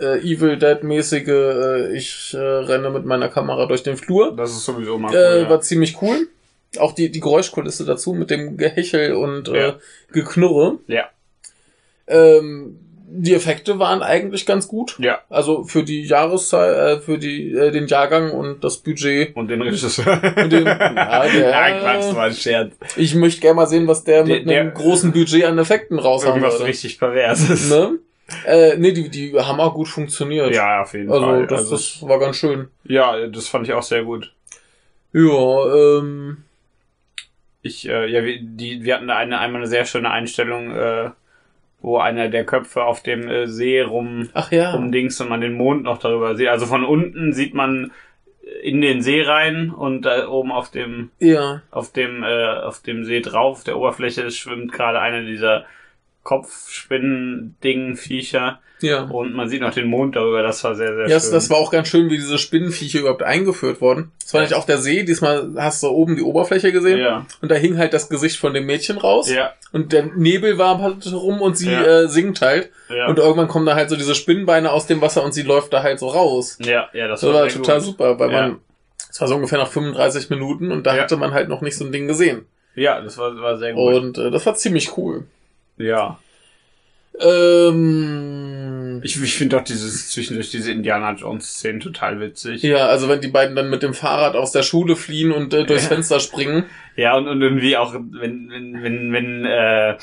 [SPEAKER 1] äh, Evil Dead-mäßige, äh, ich äh, renne mit meiner Kamera durch den Flur,
[SPEAKER 2] Das ist sowieso mal cool.
[SPEAKER 1] äh,
[SPEAKER 2] ja.
[SPEAKER 1] war ziemlich cool. Auch die, die Geräuschkulisse dazu mit dem Gehechel und äh,
[SPEAKER 2] Ja.
[SPEAKER 1] Geknurre.
[SPEAKER 2] ja,
[SPEAKER 1] Ähm, die Effekte waren eigentlich ganz gut.
[SPEAKER 2] ja.
[SPEAKER 1] Also für die Jahreszeit, äh, für die, äh, den Jahrgang und das Budget.
[SPEAKER 2] Und den Regisseur.
[SPEAKER 1] Und
[SPEAKER 2] <laughs>
[SPEAKER 1] den, ja, der,
[SPEAKER 2] Nein, Quatsch, das war ein Scherz.
[SPEAKER 1] ich möchte gerne mal sehen, was der, mit
[SPEAKER 2] Der-
[SPEAKER 1] einem
[SPEAKER 2] der-
[SPEAKER 1] großen Budget an Effekten raushauen
[SPEAKER 2] Irgendwas
[SPEAKER 1] würde.
[SPEAKER 2] richtig Perverses.
[SPEAKER 1] Ne? Äh, nee, die, die haben auch gut funktioniert.
[SPEAKER 2] Ja, auf jeden
[SPEAKER 1] also
[SPEAKER 2] Fall.
[SPEAKER 1] das,
[SPEAKER 2] also,
[SPEAKER 1] das war ganz schön.
[SPEAKER 2] ja, das fand ich auch sehr gut.
[SPEAKER 1] Ja, ähm,
[SPEAKER 2] Ich, äh, ja, wir, die, wir hatten da eine, einmal eine sehr schöne Einstellung, äh, wo einer der Köpfe auf dem äh, See rum,
[SPEAKER 1] ach ja.
[SPEAKER 2] rumdings und um man den Mond noch darüber sieht. Also von unten sieht man in den See rein und da oben auf dem,
[SPEAKER 1] ja.
[SPEAKER 2] auf dem, äh, auf dem See drauf, auf der Oberfläche schwimmt gerade einer dieser Kopfspinnen-Ding-Viecher.
[SPEAKER 1] Ja.
[SPEAKER 2] Und man sieht noch den Mond darüber, das war sehr, sehr
[SPEAKER 1] Ja, das,
[SPEAKER 2] schön.
[SPEAKER 1] das war auch ganz schön, wie diese Spinnenviecher überhaupt eingeführt wurden. Das war nicht auch der See, diesmal hast du oben die Oberfläche gesehen
[SPEAKER 2] ja.
[SPEAKER 1] und da hing halt das Gesicht von dem Mädchen raus.
[SPEAKER 2] Ja,
[SPEAKER 1] Und der Nebel war halt rum und sie
[SPEAKER 2] Ja.
[SPEAKER 1] äh, singt halt.
[SPEAKER 2] ja.
[SPEAKER 1] Und irgendwann kommen da halt so diese Spinnenbeine aus dem Wasser und sie läuft da halt so raus.
[SPEAKER 2] ja, ja, das,
[SPEAKER 1] Das war halt
[SPEAKER 2] sehr
[SPEAKER 1] total
[SPEAKER 2] gut.
[SPEAKER 1] super, weil
[SPEAKER 2] Ja.
[SPEAKER 1] man, das war so ungefähr nach 35 Minuten und da
[SPEAKER 2] Ja.
[SPEAKER 1] hatte man halt noch nicht so ein Ding gesehen.
[SPEAKER 2] Ja, das war, war sehr gut.
[SPEAKER 1] Und äh, das war ziemlich cool.
[SPEAKER 2] ja.
[SPEAKER 1] Ähm,
[SPEAKER 2] Ich, ich finde doch dieses zwischendurch diese Indiana Jones-Szenen total witzig. Ja,
[SPEAKER 1] ja, also wenn die beiden dann mit dem Fahrrad aus der Schule fliehen und äh, durchs
[SPEAKER 2] Ja.
[SPEAKER 1] Fenster springen.
[SPEAKER 2] und, und irgendwie auch, wenn, wenn, wenn, wenn, äh,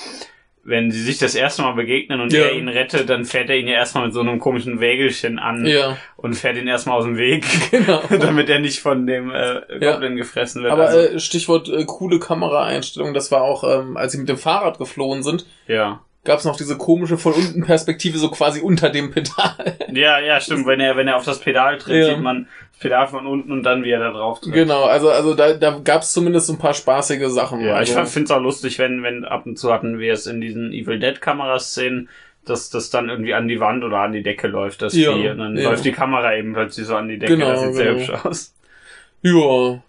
[SPEAKER 2] wenn sie sich das erste Mal begegnen und
[SPEAKER 1] Ja.
[SPEAKER 2] er ihn rettet, dann fährt er ihn ja erstmal mit so einem komischen Wägelchen an
[SPEAKER 1] Ja,
[SPEAKER 2] und fährt ihn erstmal aus dem Weg, <laughs>
[SPEAKER 1] genau.
[SPEAKER 2] damit er nicht von dem äh,
[SPEAKER 1] Ja.
[SPEAKER 2] Goblin gefressen wird.
[SPEAKER 1] Aber
[SPEAKER 2] also,
[SPEAKER 1] äh, Stichwort äh, coole Kameraeinstellung, das war auch, ähm, als sie mit dem Fahrrad geflohen sind,
[SPEAKER 2] ja.
[SPEAKER 1] gab es noch diese komische von unten Perspektive, so quasi unter dem
[SPEAKER 2] <laughs>
[SPEAKER 1] Pedal.
[SPEAKER 2] Ja, ja, stimmt. Wenn er, wenn er auf das Pedal tritt,
[SPEAKER 1] Ja.
[SPEAKER 2] sieht man das Pedal von unten und dann, wie er da drauf tritt.
[SPEAKER 1] genau, also, also da, da gab es zumindest so ein paar spaßige Sachen.
[SPEAKER 2] Ja, ich
[SPEAKER 1] also,
[SPEAKER 2] finde es auch lustig, wenn, wenn ab und zu hatten wir es in diesen Evil Dead Kameraszenen, dass das dann irgendwie an die Wand oder an die Decke läuft, das
[SPEAKER 1] Ja,
[SPEAKER 2] Vieh. Und dann
[SPEAKER 1] ja.
[SPEAKER 2] halt läuft die Kamera eben plötzlich so an die Decke,
[SPEAKER 1] Genau,
[SPEAKER 2] das sieht sehr
[SPEAKER 1] genau.
[SPEAKER 2] hübsch aus.
[SPEAKER 1] ja.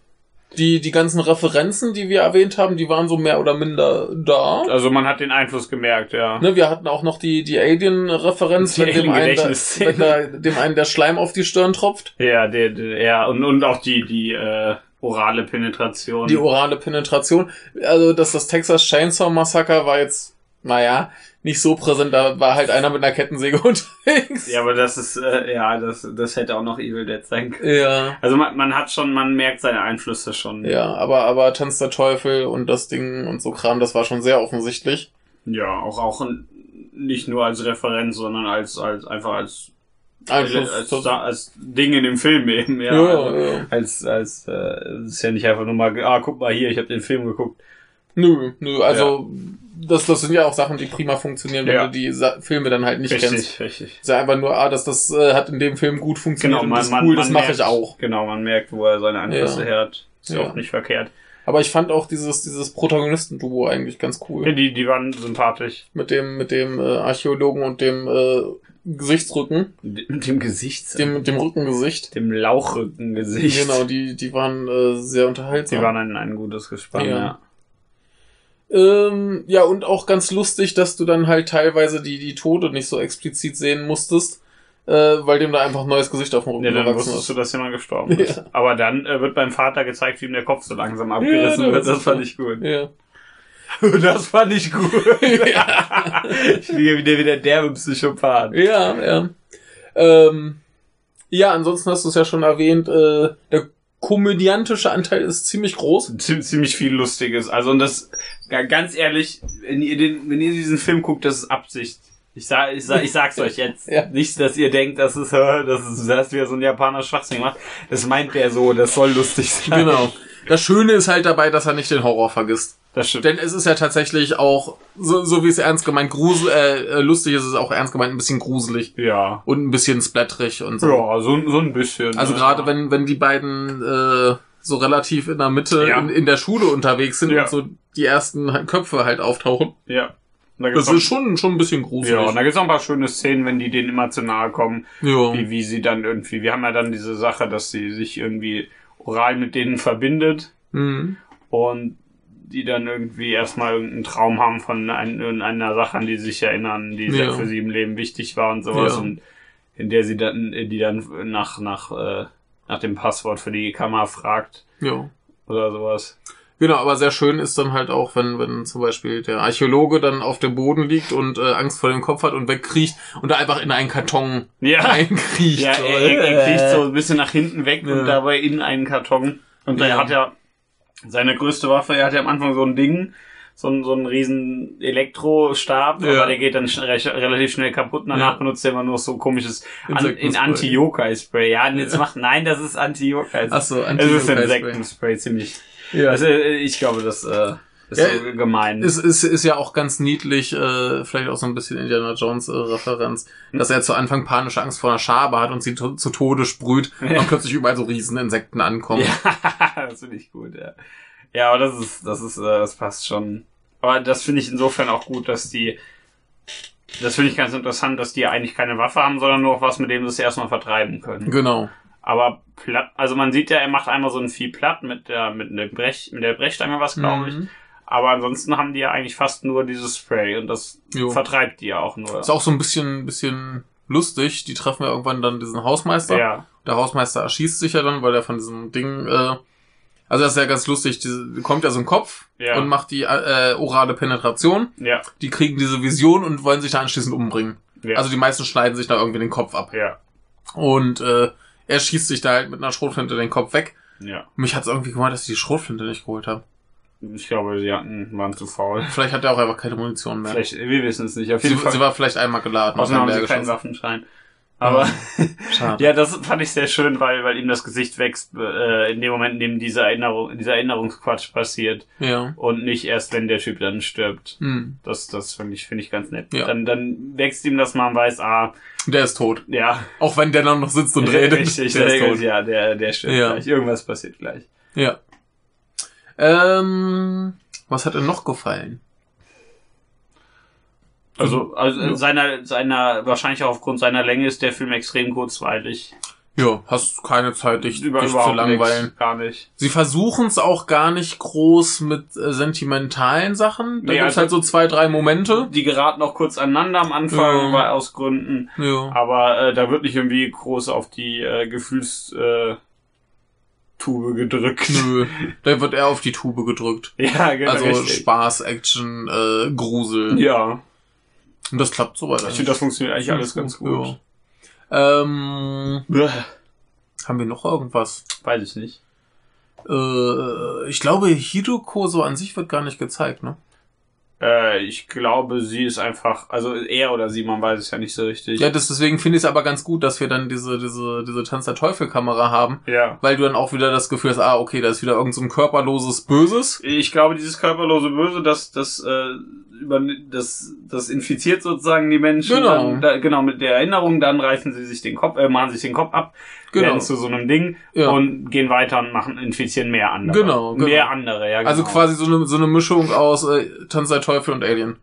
[SPEAKER 1] Die, die ganzen Referenzen, die wir erwähnt haben, die waren so mehr oder minder da.
[SPEAKER 2] Also man hat den Einfluss gemerkt, ja.
[SPEAKER 1] Ne, wir hatten auch noch die, die Alien-Referenz,
[SPEAKER 2] Die
[SPEAKER 1] wenn, dem einen da-
[SPEAKER 2] Alien-Gedächtnisszene.
[SPEAKER 1] wenn da, dem einen der Schleim auf die Stirn tropft.
[SPEAKER 2] Ja, der, der, ja und, und auch die, die äh, orale Penetration.
[SPEAKER 1] Die orale Penetration. Also, dass das Texas Chainsaw Massaker war jetzt, naja, nicht so präsent. Da war halt einer mit einer Kettensäge <laughs> unterwegs.
[SPEAKER 2] ja, aber das ist, äh, ja, das, das hätte auch noch Evil Dead sein können.
[SPEAKER 1] Ja.
[SPEAKER 2] Also man, man hat schon, man merkt seine Einflüsse schon.
[SPEAKER 1] Ja, aber, aber Tanz der Teufel und das Ding und so Kram, das war schon sehr offensichtlich.
[SPEAKER 2] Ja, auch, auch n- nicht nur als Referenz, sondern als, als einfach als, als,
[SPEAKER 1] Also,
[SPEAKER 2] als, Sa- als Ding in dem Film eben, ja.
[SPEAKER 1] ja,
[SPEAKER 2] also,
[SPEAKER 1] ja, ja.
[SPEAKER 2] Als, als, äh, es ist ja nicht einfach nur mal, ge- ah, guck mal hier, ich habe den Film geguckt.
[SPEAKER 1] Nö, nö, also, das, das sind ja auch Sachen, die prima funktionieren, wenn
[SPEAKER 2] Ja.
[SPEAKER 1] du die Sa Filme dann halt nicht kennst.
[SPEAKER 2] richtig.
[SPEAKER 1] Ist ja einfach nur, ah, dass das äh, hat in dem Film gut funktioniert
[SPEAKER 2] Genau,
[SPEAKER 1] und
[SPEAKER 2] man,
[SPEAKER 1] das ist
[SPEAKER 2] man,
[SPEAKER 1] cool,
[SPEAKER 2] man
[SPEAKER 1] das mache
[SPEAKER 2] merkt-
[SPEAKER 1] ich auch.
[SPEAKER 2] Genau, man merkt, wo er seine Einflüsse
[SPEAKER 1] Ja.
[SPEAKER 2] her hat. Ist ja
[SPEAKER 1] Ja.
[SPEAKER 2] auch nicht verkehrt.
[SPEAKER 1] Aber ich fand auch dieses, dieses Protagonistenduo eigentlich ganz cool.
[SPEAKER 2] Ja, die, die waren sympathisch.
[SPEAKER 1] Mit dem, mit dem äh, Archäologen und dem äh, Gesichtsrücken,
[SPEAKER 2] Mit dem Gesicht.
[SPEAKER 1] dem, mit dem Rückengesicht.
[SPEAKER 2] dem Lauchrückengesicht.
[SPEAKER 1] Genau, die, die waren äh, sehr
[SPEAKER 2] Die
[SPEAKER 1] unterhaltsam.
[SPEAKER 2] waren ein, ein gutes Gespann,
[SPEAKER 1] Ja.
[SPEAKER 2] ja.
[SPEAKER 1] Ähm, ja, und auch ganz lustig, dass du dann halt teilweise die, die Tode nicht so explizit sehen musstest, äh, weil dem da einfach ein neues Gesicht auf dem Rücken
[SPEAKER 2] Ja, dann
[SPEAKER 1] gewachsen
[SPEAKER 2] wusstest
[SPEAKER 1] ist.
[SPEAKER 2] du, dass jemand gestorben ist.
[SPEAKER 1] Ja.
[SPEAKER 2] Aber dann äh, wird beim Vater gezeigt, wie ihm der Kopf so langsam abgerissen
[SPEAKER 1] Ja,
[SPEAKER 2] wird.
[SPEAKER 1] das
[SPEAKER 2] Das
[SPEAKER 1] ist
[SPEAKER 2] fand
[SPEAKER 1] so.
[SPEAKER 2] ich gut.
[SPEAKER 1] Ja.
[SPEAKER 2] <laughs> Das fand ich gut.
[SPEAKER 1] Ja.
[SPEAKER 2] <laughs> ich bin wieder, wieder derbe Psychopath.
[SPEAKER 1] ja, ja. Ähm, ja, ansonsten hast du es ja schon erwähnt, äh, der komödiantische Anteil ist ziemlich groß.
[SPEAKER 2] Ziem- ziemlich viel Lustiges. Also und das ga- ganz ehrlich, wenn ihr den, wenn ihr diesen Film guckt, das ist Absicht. Ich sag, ich sag, ich sag's euch jetzt.
[SPEAKER 1] Ja.
[SPEAKER 2] Nicht, dass ihr denkt, das ist, <laughs> äh, das ist, das wieder so ein Japaner Schwachsinn macht. Das meint der so, das soll lustig sein.
[SPEAKER 1] Genau. Das Schöne ist halt dabei, dass er nicht den Horror vergisst.
[SPEAKER 2] Das stimmt.
[SPEAKER 1] Denn es ist ja tatsächlich auch, so, so wie es ernst gemeint grusel, äh, äh, lustig ist es auch ernst gemeint ein bisschen gruselig
[SPEAKER 2] Ja.
[SPEAKER 1] und ein bisschen splatterig und so.
[SPEAKER 2] Ja, so, so ein bisschen.
[SPEAKER 1] Also
[SPEAKER 2] ne?
[SPEAKER 1] gerade wenn, wenn die beiden äh, so relativ in der Mitte
[SPEAKER 2] Ja.
[SPEAKER 1] in, in der Schule unterwegs sind
[SPEAKER 2] Ja.
[SPEAKER 1] und so die ersten Köpfe halt auftauchen,
[SPEAKER 2] Ja. Und Da gibt's
[SPEAKER 1] das
[SPEAKER 2] auch,
[SPEAKER 1] ist schon, schon ein bisschen
[SPEAKER 2] ja, und
[SPEAKER 1] gruselig.
[SPEAKER 2] da gibt's auch ein paar schöne Szenen, wenn die denen immer zu nahe kommen.
[SPEAKER 1] Ja,
[SPEAKER 2] Wie, wie sie dann irgendwie, wir haben ja dann diese Sache, dass sie sich irgendwie oral mit denen verbindet.
[SPEAKER 1] Mhm.
[SPEAKER 2] und die dann irgendwie erstmal irgendeinen Traum haben von ein, irgendeiner Sache, an die sie sich erinnern, die
[SPEAKER 1] Ja.
[SPEAKER 2] für sie im Leben wichtig war und sowas
[SPEAKER 1] Ja.
[SPEAKER 2] und in der sie dann, äh, die dann nach, nach, äh, nach dem Passwort für die Kammer fragt
[SPEAKER 1] ja.
[SPEAKER 2] oder sowas.
[SPEAKER 1] Genau, aber sehr schön ist dann halt auch, wenn, wenn zum Beispiel der Archäologe dann auf dem Boden liegt und äh, Angst vor dem Kopf hat und wegkriecht und da einfach in einen Karton
[SPEAKER 2] Ja,
[SPEAKER 1] reinkriecht.
[SPEAKER 2] ja
[SPEAKER 1] so.
[SPEAKER 2] er, er, er kriecht so ein bisschen nach hinten weg
[SPEAKER 1] Äh. Ja.
[SPEAKER 2] und dabei in einen Karton. Und er
[SPEAKER 1] Ja.
[SPEAKER 2] hat ja seine größte Waffe, er hat ja am Anfang so ein Ding, so ein, so ein riesen Elektrostab,
[SPEAKER 1] Ja.
[SPEAKER 2] aber der geht dann sch recht, relativ schnell kaputt. Und Danach
[SPEAKER 1] Ja.
[SPEAKER 2] benutzt er immer nur so komisches An, in
[SPEAKER 1] Insektenspray.
[SPEAKER 2] Anti-Yokai-Spray. Ja, und jetzt macht, nein, das ist Anti-Yokai.
[SPEAKER 1] Ach so,
[SPEAKER 2] Es ist
[SPEAKER 1] Anti-Yokai-Spray.
[SPEAKER 2] Insektenspray ziemlich.
[SPEAKER 1] Ja.
[SPEAKER 2] Also, äh, ich glaube, das äh, ist
[SPEAKER 1] Ja,
[SPEAKER 2] so gemein.
[SPEAKER 1] Es ist, ist ja auch ganz niedlich, äh, vielleicht auch so ein bisschen Indiana Jones-Referenz,
[SPEAKER 2] Hm.
[SPEAKER 1] dass er zu Anfang panische Angst vor einer Schabe hat und sie to zu Tode sprüht und dann plötzlich überall so Rieseninsekten ankommen.
[SPEAKER 2] ja, <laughs> das finde ich gut, ja. Ja, aber das ist, das ist, äh, das passt schon. Aber das finde ich insofern auch gut, dass die, das finde ich ganz interessant, dass die eigentlich keine Waffe haben, sondern nur was, mit dem sie es erstmal vertreiben können.
[SPEAKER 1] Genau.
[SPEAKER 2] Aber platt, also man sieht ja, er macht einmal so ein Vieh platt mit der, mit der Brech, mit der Brechstange was, glaube ich.
[SPEAKER 1] Mhm.
[SPEAKER 2] Aber ansonsten haben die ja eigentlich fast nur dieses Spray und das
[SPEAKER 1] Jo.
[SPEAKER 2] vertreibt die ja auch nur.
[SPEAKER 1] Ist auch so ein bisschen, bisschen lustig. Die treffen ja irgendwann dann diesen Hausmeister.
[SPEAKER 2] ja,
[SPEAKER 1] Der Hausmeister erschießt sich ja dann, weil er von diesem Ding, äh, also das ist ja ganz lustig, diese, kommt ja so ein Kopf
[SPEAKER 2] Ja.
[SPEAKER 1] und macht die äh, orale Penetration.
[SPEAKER 2] ja,
[SPEAKER 1] Die kriegen diese Vision und wollen sich da anschließend umbringen.
[SPEAKER 2] ja.
[SPEAKER 1] Also die meisten schneiden sich da irgendwie den Kopf ab.
[SPEAKER 2] ja,
[SPEAKER 1] Und äh, er schießt sich da halt mit einer Schrotflinte den Kopf weg.
[SPEAKER 2] ja.
[SPEAKER 1] Mich hat's irgendwie gemeint, dass ich die Schrotflinte nicht geholt habe.
[SPEAKER 2] Ich glaube, sie hatten, waren zu faul.
[SPEAKER 1] Vielleicht hat er auch einfach keine Munition mehr.
[SPEAKER 2] Vielleicht, wir wissen es nicht. Auf
[SPEAKER 1] Sie,
[SPEAKER 2] jeden Fall.
[SPEAKER 1] sie war vielleicht einmal geladen.
[SPEAKER 2] Außerdem haben
[SPEAKER 1] und
[SPEAKER 2] sie
[SPEAKER 1] dann
[SPEAKER 2] keinen
[SPEAKER 1] leer
[SPEAKER 2] Waffenschein. Aber
[SPEAKER 1] geschossen. Schade.
[SPEAKER 2] <laughs> ja, das fand ich sehr schön, weil, weil ihm das Gesicht wächst, äh, in dem Moment, in dem diese Erinnerung, dieser Erinnerungsquatsch passiert
[SPEAKER 1] Ja.
[SPEAKER 2] und nicht erst, wenn der Typ dann stirbt.
[SPEAKER 1] Hm.
[SPEAKER 2] Das, das finde ich, finde ich ganz nett.
[SPEAKER 1] Ja.
[SPEAKER 2] Dann, dann wächst ihm das mal und weiß, ah,
[SPEAKER 1] Der ist tot.
[SPEAKER 2] ja,
[SPEAKER 1] Auch wenn der dann noch sitzt und redet.
[SPEAKER 2] Richtig,
[SPEAKER 1] der ist
[SPEAKER 2] <laughs> der
[SPEAKER 1] tot.
[SPEAKER 2] ja, der, der stirbt
[SPEAKER 1] Ja.
[SPEAKER 2] gleich. Irgendwas passiert gleich.
[SPEAKER 1] Ja. Ähm, was hat denn noch gefallen?
[SPEAKER 2] Also, also
[SPEAKER 1] Ja. Also,
[SPEAKER 2] seiner, seiner, wahrscheinlich auch aufgrund seiner Länge ist der Film extrem kurzweilig.
[SPEAKER 1] Ja, hast keine Zeit, dich,
[SPEAKER 2] Über-
[SPEAKER 1] dich zu
[SPEAKER 2] überhaupt nix,
[SPEAKER 1] langweilen.
[SPEAKER 2] Gar nicht.
[SPEAKER 1] Sie versuchen es auch gar nicht groß mit äh, sentimentalen Sachen. Da
[SPEAKER 2] Nee,
[SPEAKER 1] gibt's
[SPEAKER 2] also-
[SPEAKER 1] halt so zwei, drei Momente.
[SPEAKER 2] Die geraten auch kurz aneinander am Anfang,
[SPEAKER 1] Hm? Ja.
[SPEAKER 2] weil aus Gründen.
[SPEAKER 1] Ja.
[SPEAKER 2] Aber äh, da wird nicht irgendwie groß auf die äh, Gefühlstube gedrückt.
[SPEAKER 1] Nö, da wird er auf die Tube gedrückt.
[SPEAKER 2] <laughs> Ja, genau.
[SPEAKER 1] Also
[SPEAKER 2] richtig.
[SPEAKER 1] Spaß, Action, äh, Grusel.
[SPEAKER 2] Ja,
[SPEAKER 1] Und das klappt soweit.
[SPEAKER 2] ich finde, das funktioniert eigentlich alles ganz gut.
[SPEAKER 1] Ja. Ähm,
[SPEAKER 2] Bäh,
[SPEAKER 1] haben wir noch irgendwas?
[SPEAKER 2] Weiß ich nicht.
[SPEAKER 1] Äh, ich glaube, Hidoko so an sich wird gar nicht gezeigt, ne?
[SPEAKER 2] Äh, ich glaube, sie ist einfach, also er oder sie, man weiß es ja nicht so richtig.
[SPEAKER 1] Ja, das, deswegen finde ich es aber ganz gut, dass wir dann diese, diese, diese Tanz der Teufel-Kamera haben,
[SPEAKER 2] ja.
[SPEAKER 1] weil du dann auch wieder das Gefühl hast, ah, okay, da ist wieder irgend so ein körperloses Böses.
[SPEAKER 2] Ich glaube, dieses körperlose Böse, das, das, äh, über, das, das infiziert sozusagen die Menschen.
[SPEAKER 1] Genau.
[SPEAKER 2] Dann, da, genau, mit der Erinnerung, dann reißen sie sich den Kopf, äh, machen sich den Kopf ab,
[SPEAKER 1] Genau.
[SPEAKER 2] werden zu so einem Ding
[SPEAKER 1] Ja.
[SPEAKER 2] und gehen weiter und machen, infizieren mehr andere.
[SPEAKER 1] Genau, genau.
[SPEAKER 2] Mehr andere, ja, genau.
[SPEAKER 1] Also quasi so eine, so eine Mischung aus äh, Tanz der Teufel und Alien.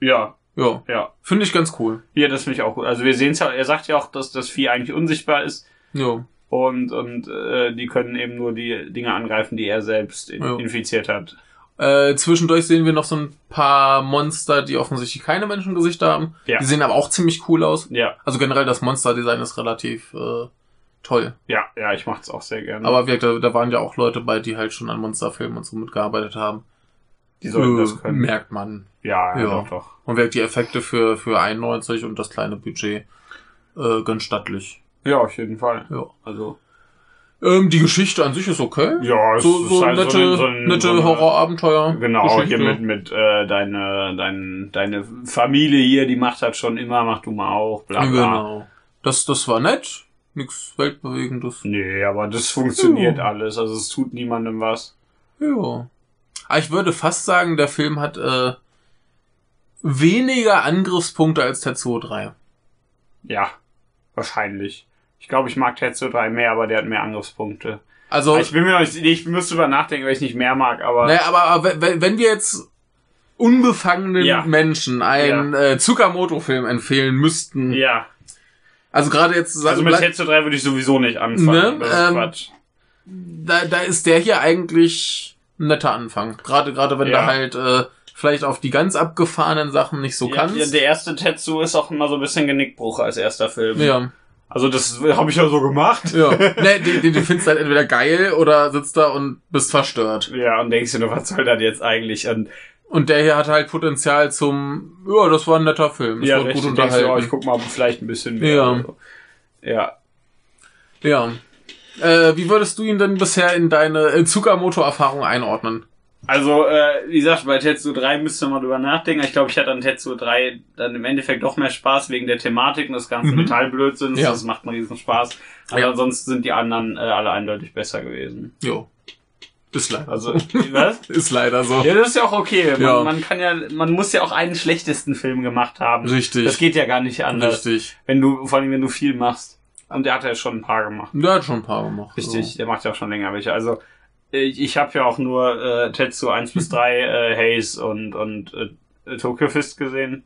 [SPEAKER 2] Ja,
[SPEAKER 1] Ja,
[SPEAKER 2] ja.
[SPEAKER 1] finde ich ganz cool.
[SPEAKER 2] Ja, das finde ich auch gut. Also wir sehen es ja, er sagt ja auch, dass das Vieh eigentlich unsichtbar ist.
[SPEAKER 1] Ja,
[SPEAKER 2] Und, und äh, die können eben nur die Dinge angreifen, die er selbst in,
[SPEAKER 1] Ja.
[SPEAKER 2] infiziert hat.
[SPEAKER 1] Äh, zwischendurch sehen wir noch so ein paar Monster, die offensichtlich keine Menschengesichter haben.
[SPEAKER 2] Ja.
[SPEAKER 1] Die sehen aber auch ziemlich cool aus.
[SPEAKER 2] Ja,
[SPEAKER 1] Also generell das Monsterdesign ist relativ äh, toll.
[SPEAKER 2] ja, ja, ich mach's auch sehr gerne.
[SPEAKER 1] Aber wie gesagt, da, da waren ja auch Leute bei, die halt schon an Monsterfilmen und so mitgearbeitet haben.
[SPEAKER 2] die sollten
[SPEAKER 1] Äh,
[SPEAKER 2] das können.
[SPEAKER 1] Merkt man.
[SPEAKER 2] ja, ja,
[SPEAKER 1] Ja.
[SPEAKER 2] doch, doch.
[SPEAKER 1] Und wirkt die Effekte für, für 91 und das kleine Budget äh, ganz stattlich.
[SPEAKER 2] Ja, auf jeden Fall.
[SPEAKER 1] Ja.
[SPEAKER 2] Also,
[SPEAKER 1] Ähm, die Geschichte an sich ist okay.
[SPEAKER 2] ja, es
[SPEAKER 1] so, so
[SPEAKER 2] ist halt
[SPEAKER 1] nette,
[SPEAKER 2] eine- eine-
[SPEAKER 1] nette
[SPEAKER 2] eine-
[SPEAKER 1] Horrorabenteuer.
[SPEAKER 2] Genau, hier
[SPEAKER 1] Geschichte.
[SPEAKER 2] mit, mit äh, deine, dein, deine Familie hier, die macht das schon immer, mach du mal auch, bla bla.
[SPEAKER 1] Genau. Das, das war nett. Nichts Weltbewegendes.
[SPEAKER 2] Nee, aber das funktioniert
[SPEAKER 1] Ja.
[SPEAKER 2] alles, also es tut niemandem was.
[SPEAKER 1] Ja. Aber ich würde fast sagen, der Film hat äh, weniger Angriffspunkte als Tetsuo 3.
[SPEAKER 2] Ja, wahrscheinlich. Ich glaube, ich mag Tetsu 3 mehr, aber der hat mehr Angriffspunkte.
[SPEAKER 1] Also,
[SPEAKER 2] Ah, Ich bin mir noch nicht, ich müsste drüber nachdenken, weil ich nicht mehr mag, aber
[SPEAKER 1] naja, aber, aber wenn, wenn wir jetzt unbefangenen
[SPEAKER 2] Ja.
[SPEAKER 1] Menschen einen äh, Tsukamoto-Film empfehlen müssten,
[SPEAKER 2] ja.
[SPEAKER 1] also gerade jetzt sagen,
[SPEAKER 2] Also mit
[SPEAKER 1] bleib-
[SPEAKER 2] Tetsu 3 würde ich sowieso nicht
[SPEAKER 1] Ne?
[SPEAKER 2] anfangen. Das ist
[SPEAKER 1] Ähm,
[SPEAKER 2] Quatsch.
[SPEAKER 1] da, da ist der hier eigentlich ein netter Anfang. Gerade gerade wenn
[SPEAKER 2] Ja.
[SPEAKER 1] du halt äh, vielleicht auf die ganz abgefahrenen Sachen nicht so
[SPEAKER 2] Ja,
[SPEAKER 1] kannst.
[SPEAKER 2] ja, der erste Tetsu ist auch immer so ein bisschen Genickbruch als erster Film.
[SPEAKER 1] ja.
[SPEAKER 2] Also das habe ich ja so gemacht.
[SPEAKER 1] <laughs> Ja. Nee, die, die, die findest halt entweder geil oder sitzt da und bist verstört.
[SPEAKER 2] <laughs> Ja, und denkst du nur, was soll das jetzt eigentlich? Und
[SPEAKER 1] Und der hier hat halt Potenzial zum, ja, das war ein netter Film. Das
[SPEAKER 2] ja,
[SPEAKER 1] war
[SPEAKER 2] richtig,
[SPEAKER 1] gut
[SPEAKER 2] denkst du, oh, ich
[SPEAKER 1] unterhalten.
[SPEAKER 2] guck mal vielleicht ein bisschen mehr.
[SPEAKER 1] Ja.
[SPEAKER 2] Also, Ja.
[SPEAKER 1] ja. Äh, wie würdest du ihn denn bisher in deine äh, Tsukamoto-Erfahrung einordnen?
[SPEAKER 2] Also, äh, wie gesagt, bei Tetsu 3 müsste man drüber nachdenken. Ich glaube, ich hatte an Tetsu 3 dann im Endeffekt doch mehr Spaß wegen der Thematik und des ganzen
[SPEAKER 1] Mhm.
[SPEAKER 2] Metallblödsinns.
[SPEAKER 1] Ja.
[SPEAKER 2] Das macht einen riesen Spaß. Aber
[SPEAKER 1] Ja.
[SPEAKER 2] ansonsten sind die anderen äh, alle eindeutig besser gewesen.
[SPEAKER 1] Jo. Ist leider.
[SPEAKER 2] Also,
[SPEAKER 1] <laughs> so.
[SPEAKER 2] was?
[SPEAKER 1] ist leider so.
[SPEAKER 2] Ja, das ist ja auch okay. Man,
[SPEAKER 1] Ja.
[SPEAKER 2] man kann ja, man muss ja auch einen schlechtesten Film gemacht haben.
[SPEAKER 1] Richtig.
[SPEAKER 2] Das geht ja gar nicht anders.
[SPEAKER 1] Richtig.
[SPEAKER 2] Wenn du, vor allem wenn du viel machst. Und der hat ja schon ein paar gemacht.
[SPEAKER 1] Der hat schon ein paar gemacht.
[SPEAKER 2] Richtig,
[SPEAKER 1] So.
[SPEAKER 2] der macht ja auch schon länger welche. Also ich, ich habe ja auch nur äh, Tetsu 1
[SPEAKER 1] <laughs>
[SPEAKER 2] bis 3, äh, Hayes und, und äh, Tokyo Fist gesehen.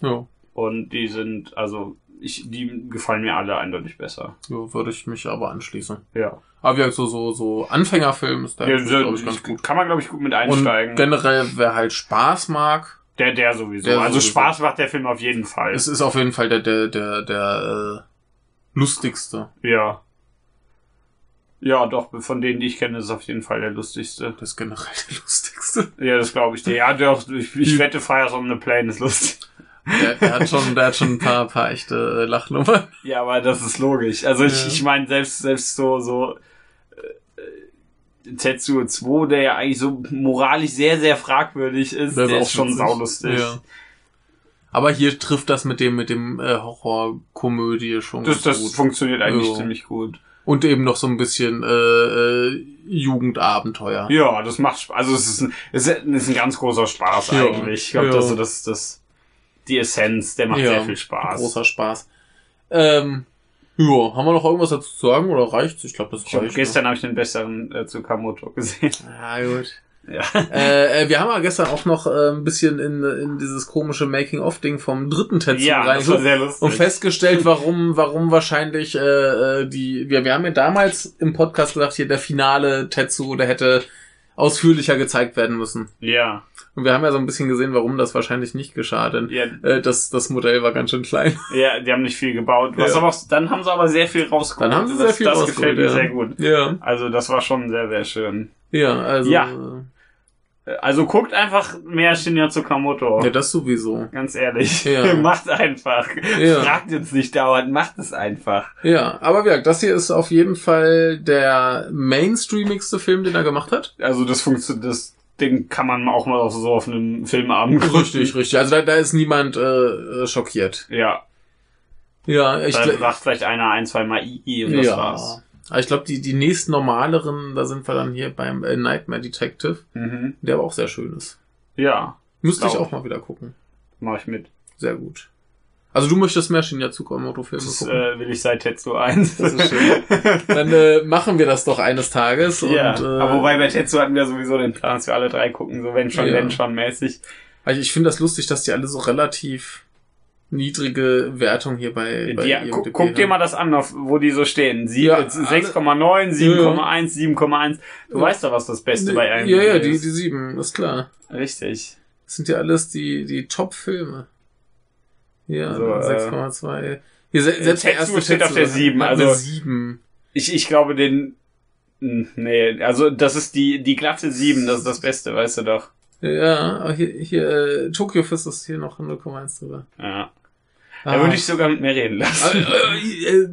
[SPEAKER 1] Ja.
[SPEAKER 2] Und die sind, also ich, die gefallen mir alle eindeutig besser.
[SPEAKER 1] ja, würde ich mich aber anschließen.
[SPEAKER 2] Ja.
[SPEAKER 1] Aber ja, so, so, so Anfängerfilm ist der,
[SPEAKER 2] Der, der,
[SPEAKER 1] glaube ich, ganz gut.
[SPEAKER 2] Kann man, glaube ich, gut mit
[SPEAKER 1] Und
[SPEAKER 2] einsteigen.
[SPEAKER 1] generell, wer halt Spaß mag,
[SPEAKER 2] der, der sowieso.
[SPEAKER 1] Der
[SPEAKER 2] also
[SPEAKER 1] sowieso.
[SPEAKER 2] Spaß macht der Film auf jeden Fall.
[SPEAKER 1] Es ist auf jeden Fall der, der, der, der äh, lustigste.
[SPEAKER 2] Ja. Ja, doch, von denen, die ich kenne, ist es auf jeden Fall der lustigste.
[SPEAKER 1] Das ist generell der lustigste.
[SPEAKER 2] Ja, das glaube ich dir. Ja, doch, ich, ich wette, Fires on the Plane ist lustig.
[SPEAKER 1] Der, der hat schon, der hat schon ein paar, paar echte äh, Lachnummern.
[SPEAKER 2] Ja, aber das ist logisch. Also ich,
[SPEAKER 1] Ja.
[SPEAKER 2] ich meine, selbst, selbst so, so äh, äh, Tetsuo 2, der ja eigentlich so moralisch sehr, sehr fragwürdig ist, der, ist schon
[SPEAKER 1] witzig.
[SPEAKER 2] saulustig.
[SPEAKER 1] Ja. Aber hier trifft das mit dem, mit dem äh, Horrorkomödie schon
[SPEAKER 2] Das,
[SPEAKER 1] ganz
[SPEAKER 2] das funktioniert eigentlich
[SPEAKER 1] Ja.
[SPEAKER 2] ziemlich gut.
[SPEAKER 1] Und eben noch so ein bisschen äh, äh, Jugendabenteuer.
[SPEAKER 2] Ja, das macht Spaß. Also es ist ein, es ist ein ganz großer Spaß
[SPEAKER 1] Ja.
[SPEAKER 2] eigentlich. Ich glaube,
[SPEAKER 1] Ja.
[SPEAKER 2] das, so das, das die Essenz, der macht
[SPEAKER 1] Ja.
[SPEAKER 2] sehr viel Spaß.
[SPEAKER 1] Großer Spaß. Ähm, ja, haben wir noch irgendwas dazu zu sagen oder reicht's? Ich glaube, das
[SPEAKER 2] Ich hab,
[SPEAKER 1] reicht. ne?
[SPEAKER 2] gestern habe ich den besseren äh, Tsukamoto gesehen. <laughs>
[SPEAKER 1] Ah, gut.
[SPEAKER 2] Ja.
[SPEAKER 1] Äh, äh, wir haben ja gestern auch noch äh, ein bisschen in, in dieses komische Making-of-Ding vom dritten Tetsu
[SPEAKER 2] Ja, das war
[SPEAKER 1] reingeguckt
[SPEAKER 2] sehr lustig.
[SPEAKER 1] und festgestellt, warum, warum wahrscheinlich äh, äh, die. Wir, wir haben ja damals im Podcast gesagt, hier der finale Tetsu, der hätte ausführlicher gezeigt werden müssen.
[SPEAKER 2] ja.
[SPEAKER 1] Und wir haben ja so ein bisschen gesehen, warum das wahrscheinlich nicht geschah, denn
[SPEAKER 2] ja,
[SPEAKER 1] äh, das, das Modell war ganz schön klein.
[SPEAKER 2] ja, die haben nicht viel gebaut. Was
[SPEAKER 1] Ja.
[SPEAKER 2] aber auch, dann haben sie aber sehr viel rausgeholt.
[SPEAKER 1] Dann haben sie
[SPEAKER 2] das,
[SPEAKER 1] sehr viel
[SPEAKER 2] Das
[SPEAKER 1] rausgeholt,
[SPEAKER 2] gefällt mir
[SPEAKER 1] ja.
[SPEAKER 2] sehr gut.
[SPEAKER 1] Ja.
[SPEAKER 2] Also das war schon sehr, sehr schön.
[SPEAKER 1] Ja, also.
[SPEAKER 2] Ja.
[SPEAKER 1] Ja,
[SPEAKER 2] Also guckt einfach mehr Shinya Tsukamoto.
[SPEAKER 1] äh, ja das sowieso.
[SPEAKER 2] Ganz ehrlich. <laughs>
[SPEAKER 1] Ja.
[SPEAKER 2] macht einfach.
[SPEAKER 1] Ja.
[SPEAKER 2] Fragt uns nicht dauernd, macht es einfach.
[SPEAKER 1] Ja, aber wie gesagt, das hier ist auf jeden Fall der mainstreamigste Film, den er gemacht hat.
[SPEAKER 2] Also das funktioniert, das Ding kann man auch mal auf- so auf einem Filmabend gucken.
[SPEAKER 1] Richtig, richtig. Also da, da ist niemand äh, äh, schockiert.
[SPEAKER 2] Ja,
[SPEAKER 1] Ja, ich
[SPEAKER 2] dann
[SPEAKER 1] glaube.
[SPEAKER 2] sagt vielleicht einer ein, zwei Mal II und das
[SPEAKER 1] Ja.
[SPEAKER 2] war's.
[SPEAKER 1] Aber ich glaube, die, die nächst normaleren, da sind wir dann hier beim äh, Nightmare Detective,
[SPEAKER 2] Mhm.
[SPEAKER 1] der aber auch sehr schön ist.
[SPEAKER 2] Ja,
[SPEAKER 1] Müsste ich
[SPEAKER 2] Glaub.
[SPEAKER 1] auch mal wieder gucken.
[SPEAKER 2] mach ich mit.
[SPEAKER 1] Sehr gut. Also du möchtest mehr Shinya Tsukamoto-Filme
[SPEAKER 2] Das
[SPEAKER 1] gucken.
[SPEAKER 2] äh, will ich seit Tetsu 1.
[SPEAKER 1] Das ist
[SPEAKER 2] <laughs>
[SPEAKER 1] schön. Dann äh, machen wir das doch eines Tages.
[SPEAKER 2] ja,
[SPEAKER 1] und, äh,
[SPEAKER 2] aber wobei bei Tetsu hatten wir sowieso den Plan, dass wir alle drei gucken, so wenn schon,
[SPEAKER 1] Ja.
[SPEAKER 2] wenn schon mäßig.
[SPEAKER 1] Also ich finde das lustig, dass die alle so relativ niedrige Wertung hier bei, bei
[SPEAKER 2] Ja, gu
[SPEAKER 1] IMDb
[SPEAKER 2] guck dir
[SPEAKER 1] haben.
[SPEAKER 2] mal das an, auf, wo die so stehen. Sie,
[SPEAKER 1] Ja,
[SPEAKER 2] äh, 6,9, 7,1, 7,1. Du
[SPEAKER 1] Ja.
[SPEAKER 2] weißt doch, was das Beste bei einem
[SPEAKER 1] Ja, ja, die, die
[SPEAKER 2] ist.
[SPEAKER 1] sieben, ist klar.
[SPEAKER 2] Richtig.
[SPEAKER 1] Das sind ja alles die, die Top-Filme. Ja,
[SPEAKER 2] So, äh,
[SPEAKER 1] 6,2. Hier, se
[SPEAKER 2] äh,
[SPEAKER 1] selbst der
[SPEAKER 2] Tetsu
[SPEAKER 1] erste
[SPEAKER 2] steht auf
[SPEAKER 1] Tetsu
[SPEAKER 2] der
[SPEAKER 1] hat-
[SPEAKER 2] sieben,
[SPEAKER 1] hat
[SPEAKER 2] also-
[SPEAKER 1] eine sieben.
[SPEAKER 2] Ich, ich glaube, den. Hm, Nee, also das ist die, die glatte 7, das ist das Beste, weißt du doch.
[SPEAKER 1] Ja, aber hier, hier äh, Tokyo Fist ist hier noch 0,1 drüber.
[SPEAKER 2] Ja. Da würde ich sogar mit mir reden
[SPEAKER 1] Ah. äh,
[SPEAKER 2] lassen.
[SPEAKER 1] äh, äh,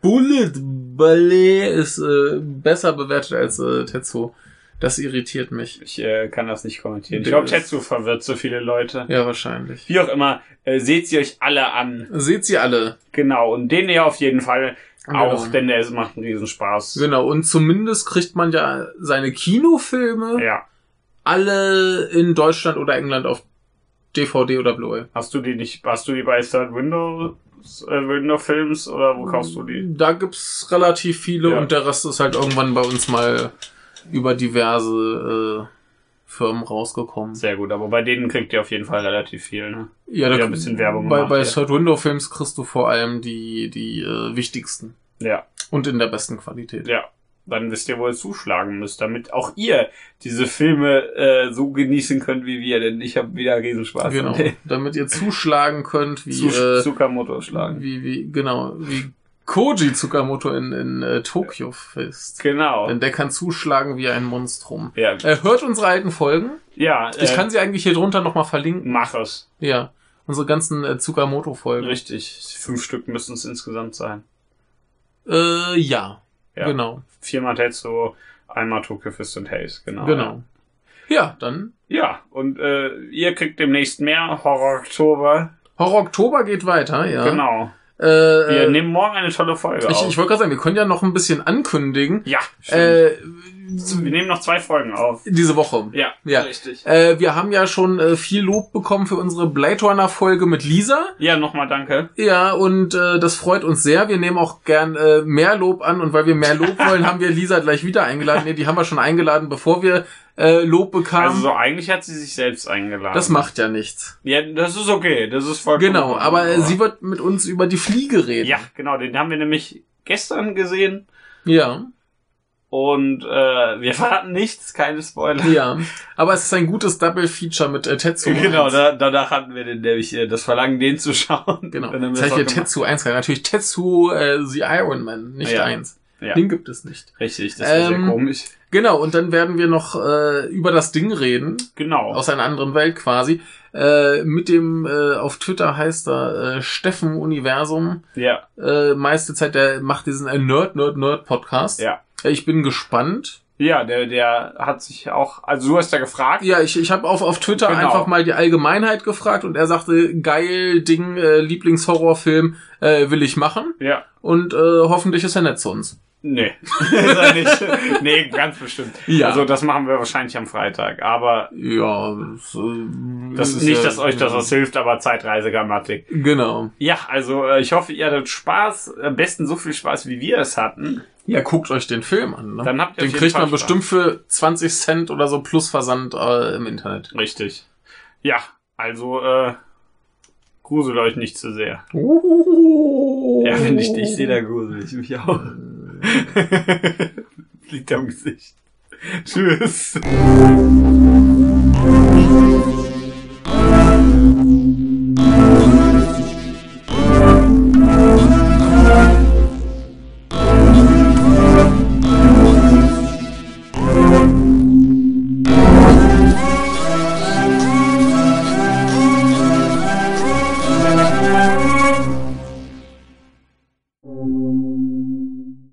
[SPEAKER 1] Bullet Ballet ist äh, besser bewertet als äh, Tetsu. Das irritiert mich.
[SPEAKER 2] Ich äh, kann das nicht kommentieren. Ich
[SPEAKER 1] Der
[SPEAKER 2] glaube,
[SPEAKER 1] ist-
[SPEAKER 2] Tetsu verwirrt so viele Leute.
[SPEAKER 1] Ja, wahrscheinlich.
[SPEAKER 2] Wie auch immer, äh, seht sie euch alle an.
[SPEAKER 1] Seht sie alle.
[SPEAKER 2] Genau, und den ja auf jeden Fall auch,
[SPEAKER 1] Genau.
[SPEAKER 2] denn der ist- macht einen Riesenspaß.
[SPEAKER 1] Genau, und zumindest kriegt man ja seine Kinofilme
[SPEAKER 2] Ja.
[SPEAKER 1] alle in Deutschland oder England auf DVD oder Blu-ray.
[SPEAKER 2] Hast du die nicht, hast du die bei Third Windows, äh, Window Films oder wo kaufst du die?
[SPEAKER 1] Da gibt's relativ viele
[SPEAKER 2] Ja.
[SPEAKER 1] und der Rest ist halt irgendwann bei uns mal über diverse äh, Firmen rausgekommen.
[SPEAKER 2] Sehr gut, aber bei denen kriegt ihr auf jeden Fall relativ viel, ne?
[SPEAKER 1] Ja,
[SPEAKER 2] Ja, ein bisschen Werbung
[SPEAKER 1] bei,
[SPEAKER 2] gemacht,
[SPEAKER 1] bei
[SPEAKER 2] ja.
[SPEAKER 1] Third Window Films kriegst du vor allem die, die äh, wichtigsten
[SPEAKER 2] Ja,
[SPEAKER 1] und in der besten Qualität.
[SPEAKER 2] ja. Dann wisst ihr, wo ihr zuschlagen müsst, damit auch ihr diese Filme äh, so genießen könnt wie wir, denn ich habe wieder Riesenspaß.
[SPEAKER 1] genau,
[SPEAKER 2] <laughs> an denen.
[SPEAKER 1] damit ihr zuschlagen könnt, wie
[SPEAKER 2] Zu,
[SPEAKER 1] äh,
[SPEAKER 2] Tsukamoto schlagen.
[SPEAKER 1] Wie, wie, genau, wie Koji Tsukamoto in, in äh, Tokyo Fist.
[SPEAKER 2] Genau.
[SPEAKER 1] Denn der kann zuschlagen wie ein Monstrum.
[SPEAKER 2] Ja,
[SPEAKER 1] Äh, hört unsere alten Folgen.
[SPEAKER 2] ja
[SPEAKER 1] Ich
[SPEAKER 2] äh,
[SPEAKER 1] kann sie eigentlich hier drunter nochmal verlinken.
[SPEAKER 2] mach es.
[SPEAKER 1] Ja. Unsere ganzen äh, Tsukamoto-Folgen.
[SPEAKER 2] Richtig. Fünf Stück müssen es insgesamt sein.
[SPEAKER 1] Äh, ja.
[SPEAKER 2] Ja.
[SPEAKER 1] Genau.
[SPEAKER 2] Viermal Tetsuo, einmal Tokyo Fist und Haze, genau.
[SPEAKER 1] Genau. Ja, dann.
[SPEAKER 2] Ja, und äh, ihr kriegt demnächst mehr Horror Oktober.
[SPEAKER 1] Horror Oktober geht weiter, ja.
[SPEAKER 2] Genau. Wir
[SPEAKER 1] Äh, äh,
[SPEAKER 2] nehmen morgen eine tolle Folge
[SPEAKER 1] ich
[SPEAKER 2] auf.
[SPEAKER 1] ich wollte gerade sagen, wir können ja noch ein bisschen ankündigen.
[SPEAKER 2] ja, stimmt.
[SPEAKER 1] Äh,
[SPEAKER 2] wir nehmen noch zwei Folgen auf.
[SPEAKER 1] diese Woche.
[SPEAKER 2] Ja,
[SPEAKER 1] Ja.
[SPEAKER 2] richtig.
[SPEAKER 1] Äh, wir haben ja schon äh, viel Lob bekommen für unsere Blade Runner-Folge mit Lisa.
[SPEAKER 2] Ja, nochmal danke.
[SPEAKER 1] Ja, und äh, das freut uns sehr. Wir nehmen auch gern äh, mehr Lob an und weil wir mehr Lob
[SPEAKER 2] <laughs>
[SPEAKER 1] wollen, haben wir Lisa gleich wieder eingeladen. Nee, die haben wir schon eingeladen, bevor wir äh, Lob bekamen.
[SPEAKER 2] Also so, eigentlich hat sie sich selbst eingeladen.
[SPEAKER 1] das macht ja nichts.
[SPEAKER 2] Ja, das ist okay. Das ist vollkommen.
[SPEAKER 1] Genau,
[SPEAKER 2] in
[SPEAKER 1] aber äh,
[SPEAKER 2] Ordnung.
[SPEAKER 1] sie wird mit uns über die Fliege reden.
[SPEAKER 2] Ja, genau, den haben wir nämlich gestern gesehen.
[SPEAKER 1] Ja,
[SPEAKER 2] Und äh, wir <laughs> verraten nichts, keine Spoiler.
[SPEAKER 1] ja. Aber es ist ein gutes Double-Feature mit äh, Tetsu.
[SPEAKER 2] <laughs> Genau,
[SPEAKER 1] 1.
[SPEAKER 2] da, danach hatten wir den, nämlich äh, das Verlangen, den zu schauen.
[SPEAKER 1] Genau.
[SPEAKER 2] Und dann haben
[SPEAKER 1] Jetzt
[SPEAKER 2] wir
[SPEAKER 1] habe
[SPEAKER 2] das
[SPEAKER 1] ich
[SPEAKER 2] auch
[SPEAKER 1] hier
[SPEAKER 2] gemacht. Ah
[SPEAKER 1] Tetsu 1 rein. Natürlich Tetsu äh, The Iron Man, nicht
[SPEAKER 2] Ja.
[SPEAKER 1] eins.
[SPEAKER 2] Ja.
[SPEAKER 1] Den gibt es nicht.
[SPEAKER 2] Richtig, das ist
[SPEAKER 1] Ähm,
[SPEAKER 2] sehr komisch.
[SPEAKER 1] Genau, und dann werden wir noch äh, über das Ding reden.
[SPEAKER 2] Genau.
[SPEAKER 1] aus einer anderen Welt quasi. Äh, mit dem, äh, auf Twitter heißt er äh, Steffen Universum.
[SPEAKER 2] Ja,
[SPEAKER 1] Äh, meiste Zeit, der macht diesen äh, Nerd, Nerd, Nerd Podcast.
[SPEAKER 2] ja.
[SPEAKER 1] Äh, Ich bin gespannt.
[SPEAKER 2] Ja, der, der hat sich auch, also du hast ja gefragt.
[SPEAKER 1] Ja, ich, ich habe auf, auf Twitter
[SPEAKER 2] Genau.
[SPEAKER 1] einfach mal die Allgemeinheit gefragt und er sagte, geil, Ding, äh, Lieblingshorrorfilm äh, will ich machen.
[SPEAKER 2] Ja.
[SPEAKER 1] Und äh, hoffentlich ist er nett zu uns.
[SPEAKER 2] <laughs> Nee, ist er nicht. Nee, ganz bestimmt.
[SPEAKER 1] Ja.
[SPEAKER 2] Also das machen wir wahrscheinlich am Freitag. Aber
[SPEAKER 1] Ja, das, äh,
[SPEAKER 2] das ist
[SPEAKER 1] ja-
[SPEAKER 2] nicht, dass euch das was hilft, aber Zeitreisegrammatik.
[SPEAKER 1] Genau.
[SPEAKER 2] Ja, also äh, ich hoffe, ihr hattet Spaß, am besten so viel Spaß, wie wir es hatten.
[SPEAKER 1] Ja, guckt euch den Film an. Ne?
[SPEAKER 2] Dann habt ihr
[SPEAKER 1] Den
[SPEAKER 2] auf jeden
[SPEAKER 1] kriegt
[SPEAKER 2] Fall
[SPEAKER 1] man
[SPEAKER 2] Spaß.
[SPEAKER 1] bestimmt für 20 Cent oder so plus Versand äh, im Internet.
[SPEAKER 2] Richtig. Ja, also äh, grusel euch nicht zu sehr.
[SPEAKER 1] Ja,
[SPEAKER 2] Ja, wenn ich dich sehe, dann grusel ich mich <laughs> auch. Liegt am Gesicht. um Tschüss.
[SPEAKER 3] Thank you.